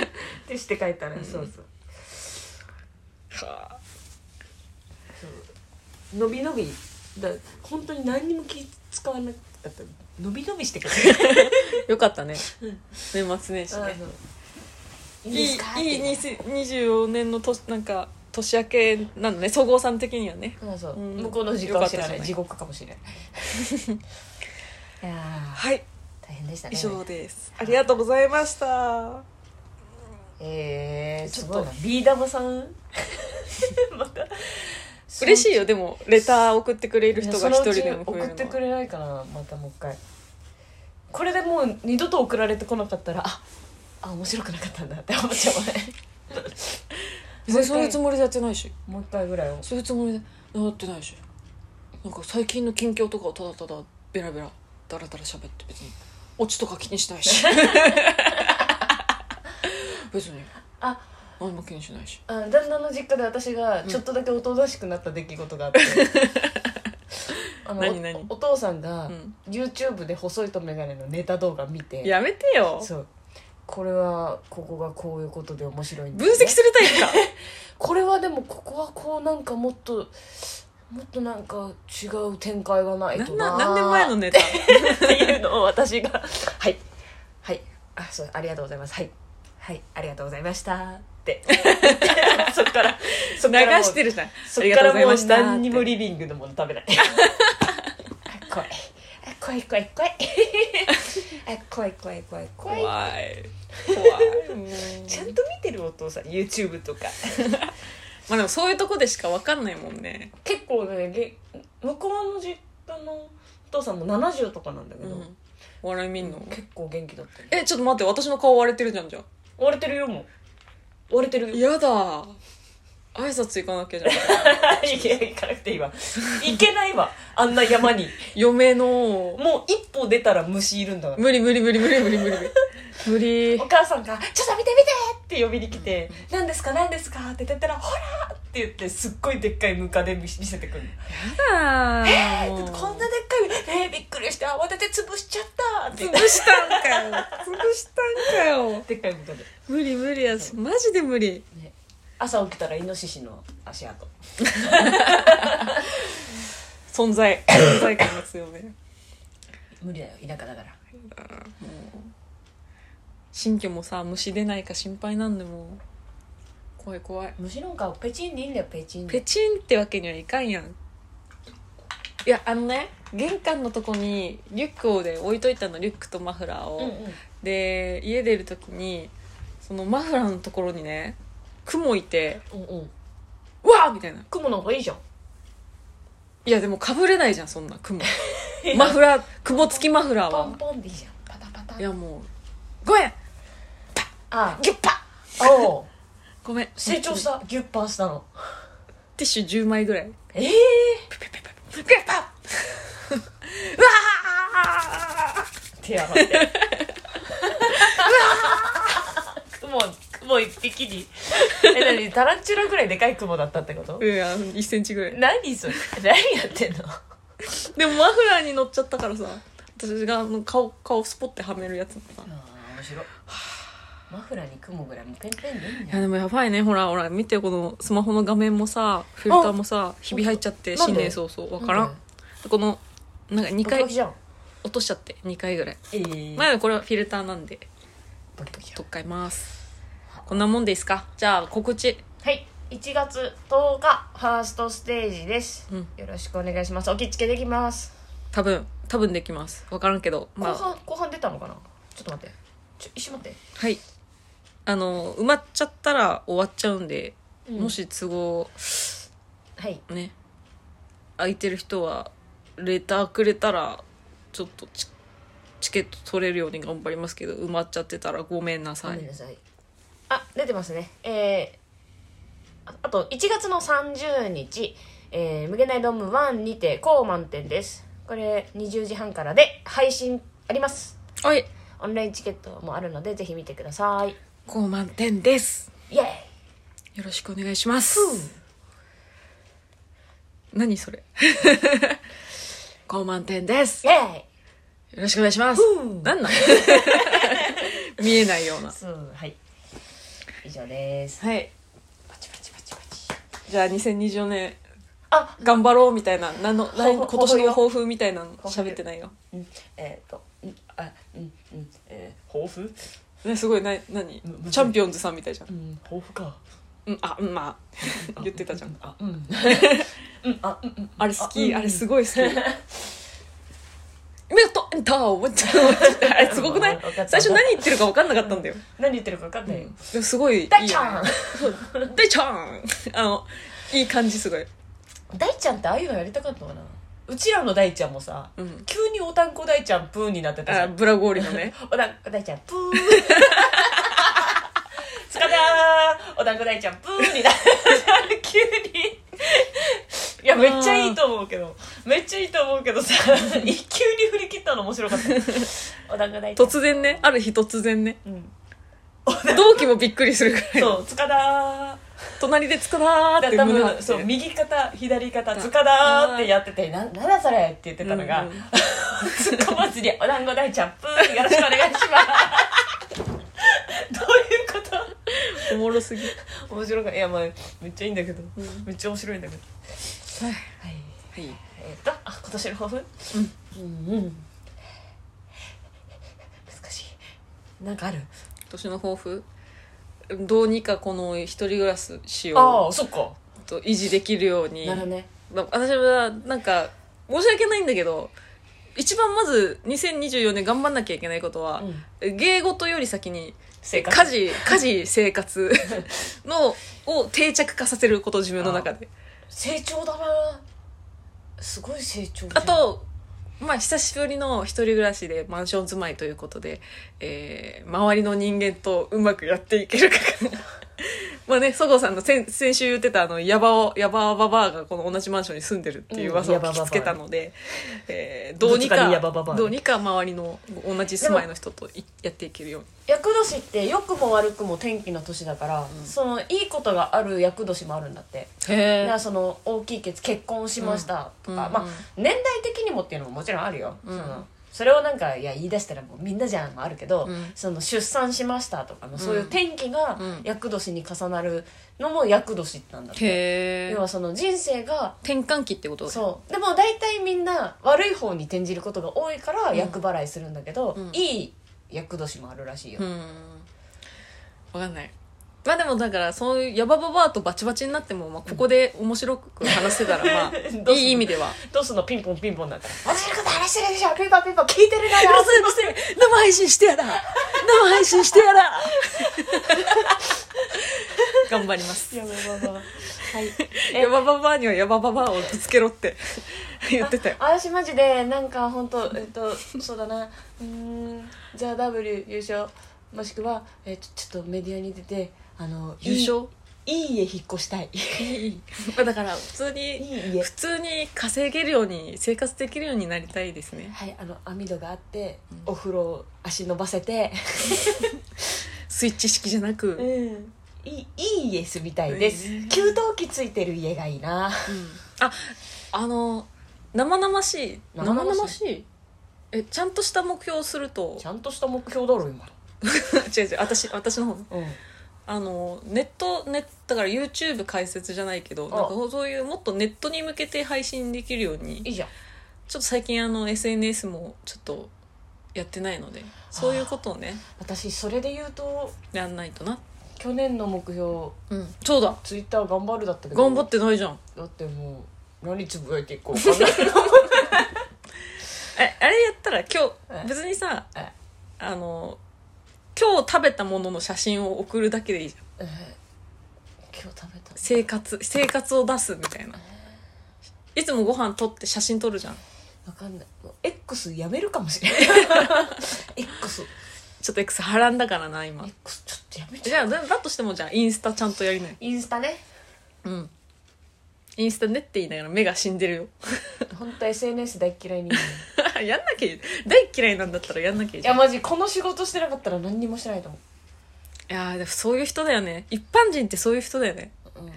ってして帰ったら、そうそうはあ伸び伸びだ本当に何にも気使わなかった伸び伸びしてくれるよかったねうん年末年始ねいいいですかいいいってに24年の年なんか年明けなのね総合さん的にはねそうそう、うん向こうの時間は知らなよかったじゃいない地獄かもしれない *laughs* いやーはい大変でしたね以上ですありがとうございましたえー、ちちょょっっととビー玉さん *laughs* また嬉しいいよでもレター送ってくれる人が一人でも送っ増えるのてはくれないかなまたもう一回これでもう二度と送られてこなかったらああ面白くなかったんだって思っちゃうもんね別にそういうつ *laughs* もりでやってないしもう一回ぐらいをそういうつもりでやってないしなんか最近の近況とかをただただベラベラダラダラ喋って別にオチとか気にしない *laughs* し別にあ何も気にしないしあ旦那の実家で私がちょっとだけおとなしくなった出来事 *laughs* があって、あの何何おお父さんがうん YouTube で細いと眼鏡のネタ動画見てやめてよそうこれはここがこういうことで面白いんだ分よね析するタイプかこれはでもここはこうなんかもっともっとなんか違う展開がない *laughs* なとんなな何年前のネタっていうのを私が「 *laughs* はいはいあそうありがとうございますはいはいありがとうございました」って *laughs* そっからそっからもう流してるじゃん *laughs* そあっりからがとうございもまうした何にもリビングのもの食べないあ怖いあ怖い怖い *laughs* 怖いあ怖い怖い怖い怖い怖い怖いもうちゃんと見てるお父さん YouTube とかまあでもそういうとこでしか分かんないもんね結構ねげ向こうの実家のお父さんも70とかなんだけうど、んお笑い見んの結構元気だったよえちょっと待って私の顔割れてるじゃんじゃん割れてるよもう割れてるよやだ挨拶行かなきゃじゃんいや行かなくていいわ行けないわあんな山に嫁のもう一歩出たら虫いるんだから無理無理無理無理無理無理無理お母さんが「ちょっと見て見て!」って呼びに来て「何ですか何ですか?」って言ってたら「ほら!」って言ってすっごいでっかいムカデ見せてくるのやだえもうーこんなでっかいえーびっくりした慌てて潰しちゃったって言って潰したんかよ潰したんかよでっかいムカデ無理無理やしマジで無理朝起きたらイノシシの足跡 *laughs* 存在存在感が強め無理だよ田舎だから新居もさ虫出ないか心配なんでもう怖い怖い虫なんかペチンでいいんだよペチンでペチンってわけにはいかんやんいやあのね玄関のとこにリュックをで置いといたのリュックとマフラーを、うんうんで家出る時にそのマフラーのところにね雲いてうんうん「うわーみたいな雲の方がいいじゃんいやでもかぶれないじゃんそんな *laughs* 雲マフラー雲付きマフラーポンはポンでいいじゃんパタパタいやもう「ごめんあギュッパあおうごめん成長したギュッパーしたのティッシュ10枚ぐらいええペペペペペペパッうわー手洗ってうわー雲雲一匹にえ何タランチュラぐらいでかい雲だったってこといや1センチぐらい何それ何やってんのでもマフラーに乗っちゃったからさ私があの顔顔スポッてはめるやつもさ面白マフラーに雲ぐらいもうペンペンでいいんいじゃやんでもやばいねほらほら見てこのスマホの画面もさフィルターもさひび入っちゃってなん新で年早々わからなんんこのなんか2ボキ回ボキじゃん落としちゃって2回ぐらいえー、まあこれはフィルターなんでボキボキじゃん取っ替えますこんなもんですかじゃあ告知はい1月10日ファーストステージです、うんよろしくお願いしますお気付けできます、多分多分できますわからんけどま後あ半後半出たのかなちょっと待ってちょ一瞬待ってはいあの埋まっちゃったら終わっちゃうんで、うんもし都合はいね空いてる人はレターくれたらちょっとチチケット取れるように頑張りますけど埋まっちゃってたらごめんなごさめんいなさい、あ出てますねえー、ああと1月の30日、えー、無限大ドーム1にて高満点ですこれ20時半からで配信ありますはいオンラインチケットもあるのでぜひ見てください高満点ですイエーイよろしくお願いします何 *laughs* それ高満点ですイよエーイろしくお願いしますうんな *laughs* んなん見えないようなそうはい以上ですはいパチパチパチパチじゃあ2024年あ頑張ろうみたいななんの来ほ今ほ年の抱負みたいなの抱負喋ってないようんえっ、とうんあうんうんえー、抱負ねすごいな何むむずいチャンピオンズさんみたいじゃんうん抱負かうん、あ、うんまあ、言ってたじゃん。あうん *laughs* うんあうんうんあれ好き、ああ,、うんれすご *laughs* い好き。目がと、えんだ、思っちゃう。あれすごくないわかった最初何言ってるか分かんなかったんだよ。何言ってるか分かんうないよ、んでもすごいいいよ。大ちゃん大ちゃん *laughs* あの、いい感じすごい。大ちゃんってああいうのやりたかったのかなうちらの大ちゃんもさ、うん急におたんこ大ちゃんプーンになってたじゃあ、んブラゴーリのね。おだんこ大ちゃん *laughs* プーン塚田おだんこ大ちゃんプーンにな *laughs* 急にいやめっちゃいいと思うけどめっちゃいいと思うけどさ *laughs* 急に振り切ったの面白かったおだんこ大ちゃん、突然ね、ある日突然ね。うん、同期もびっくりするくらい。そう塚田隣でつくなだーっかてら多胸張っ分て。そう右肩左肩塚田ってやってて「ななんだそれ」って言ってたのが、う *laughs* んうん突っ込まずに「お団子大ちゃんプーンよろしくお願いし *laughs* ます」どういうこおもろすぎ。と面白かいやまあめっちゃいいんだけど、うんめっちゃ面白いんだけどはい。はいはい。えっ、とあ今年の抱負うんうん難しいなんかある今年の抱負どうにかこの一人暮らししあよあそっかうと維持できるようになるねまあ私はなんか申し訳ないんだけど一番まず2024年頑張んなきゃいけないことは、芸事より先に生活家事家事生活のを定着化させること自分の中で成長だなすごい成長あとまあ久しぶりの一人暮らしでマンション住まいということで、えー周りの人間とうまくやっていけるかが *laughs* まあねそごうさんの先先週言ってたあのヤバオヤバババアがこの同じマンションに住んでるっていう噂うをんヤバ聞ババアきつけたので、えーどうぶにつかかりヤバババアねどうにか周りの同じ住まいの人といやっていけるように厄年って良くも悪くも転機の年だから、そのいいことがある厄年もあるんだってだへからその大きい決結婚しましたとか、うんまあうん年代的にもっていうのももちろんあるよ、うんそのそれをなんかいや言い出したらもうみんなじゃんもあるけど、うんその出産しましたとかのそういううん転機がうん厄年に重なるのも厄年なんだって、へ要はその人生が転換期ってことそうでも大体みんな悪い方に転じることが多いから厄払いするんだけど、うんいい厄年もあるらしいよ、うんわかんないまあでもだからそういうヤバババアとバチバチになっても、まあ、ここで面白く話せたら *laughs* まどうすんあのいい意味ではどうすんのピンポンピンポンだったら私のこと話してるでしょピンポンピンポン聞いて *laughs* るなうるせえうるせえ生配信してやら生配信してやら *laughs* 頑張りま *laughs* すやばばばはいえヤバババアにはヤバババアをぶつけろって *laughs* 言ってたよあ私マジでなんか本 *laughs* 当えっとそうだなうーん「ザ・ w 優勝もしくは、えっと、ちょっとメディアに出てあの優勝いいいい家引っ越したいまあだから普通いにい家普通に稼げるように生活できるようになりたいですね *laughs* はいあの網戸があって、うんお風呂を足伸ばせてスイッチ式じゃなく、うんいいいい家住みたいです、いいね給湯器ついてる家がいいなああの生々しい生々しいえちゃんとした目標をするとちゃんとした目標だろ今の *laughs* 違う違う私私の方ねうんあのネットネだから YouTube 解説じゃないけどあなんかそういうもっとネットに向けて配信できるようにいいじゃんちょっと最近あの SNS もちょっとやってないのでそういうことをね私それで言うとやんないとな去年の目標うんそうだツイッター頑張るだったけど頑張ってないじゃんだってもう何つぶやいていこうかなえあれやったら今え日別にさえあの今日食べたものの写真を送るだけでいいじゃんえー今日食べた生活生活を出すみたいないつもご飯撮って写真撮るじゃんわかんないもう X やめるかもしれない *laughs* X, ちょっと X 波乱だからな今 X ちょっとやめちゃじゃあだだとしてもじゃあインスタちゃんとやりなようインスタねうんインスタねって言いながら目が死んでるよ *laughs* 本当 SNS 大っ嫌い *laughs* にいやんなきゃいい大嫌いなんだったらやんなきゃいいじゃやんいマジこの仕事してなかったら何にもしてないと思やーでもそういう人だよね一般人ってそういう人だよねう、うん、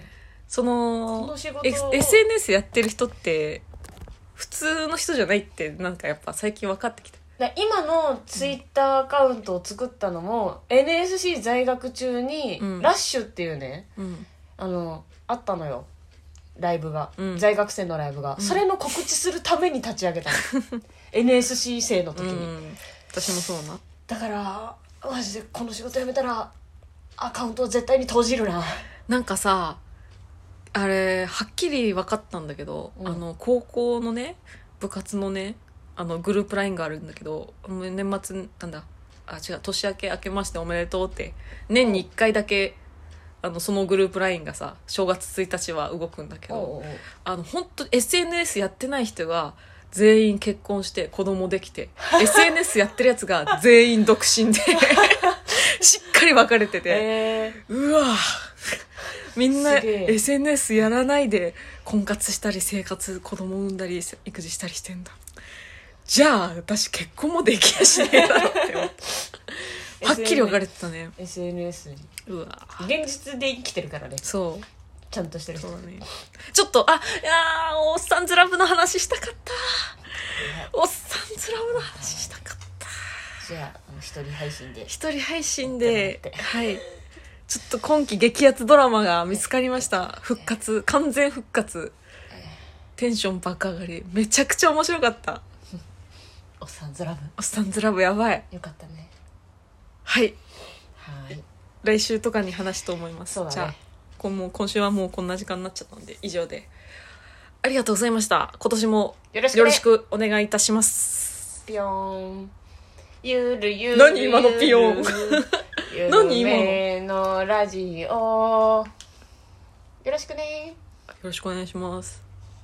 そのこの仕事を S- SNS やってる人って普通の人じゃないってなんかやっぱ最近分かってきただ今のツイッターアカウントを作ったのも、NSC 在学中に、うんラッシュっていうねうんあのあったのよライブが、うん在学生のライブが、それの告知するために立ち上 *laughs* げたの NSC 生の時うに、ん私もそうなだからマジでこの仕事辞めたらアカウントを絶対に閉じるななんかさあれはっきり分かったんだけど、うんあの高校のね部活のねあのグループラインがあるんだけどもう年末なんだあ違う年明け明けましておめでとうって年に1回だけあのそのグループラインがさ正月1日は動くんだけどおうおうあの本当 SNS やってない人が全員結婚して子供でき *laughs* て SNS やってるやつが全員独身でしっかり分かれてて。えうわぁみんなすげえ SNS やらないで婚活したり生活子供産んだり育児したりしてんだじゃあ私結婚もできやしねえだろって思った *laughs* はっきり分かれてたねー、SNS にうわぁ現実で生きてるからねそうちゃんとしてる人そうだねちょっとあいやーおっさんずラブの話したかったおっさんずラブの話したかったじゃああの一人配信で一人配信やっでてもらっ、はい。ちょっと今期激アツドラマが見つかりました。復活、完全復活。テンション爆上がり。めちゃくちゃ面白かった。おっさんずラブおっさんずラブやばい。よかったねはい。はい来週とかに話すと思います。そうだねじゃあ、こんもう今週はもうこんな時間になっちゃったんで、以上で。ありがとうございました。今年もよろしくねよろしくお願いいたします。ピヨーンゆるゆる何今のピヨーンン何今の夢のラジオよろしくねよろしくお願いします。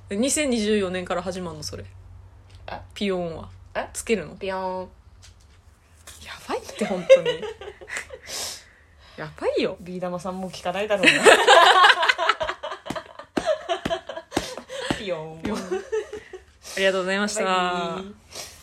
2024年から始まるの、それあ。ピヨーンはえ。つけるのピヨーンやばいって本当に *laughs* やばいよビー玉さんも聞かないだろうなピヨーンありがとうございましたバイビー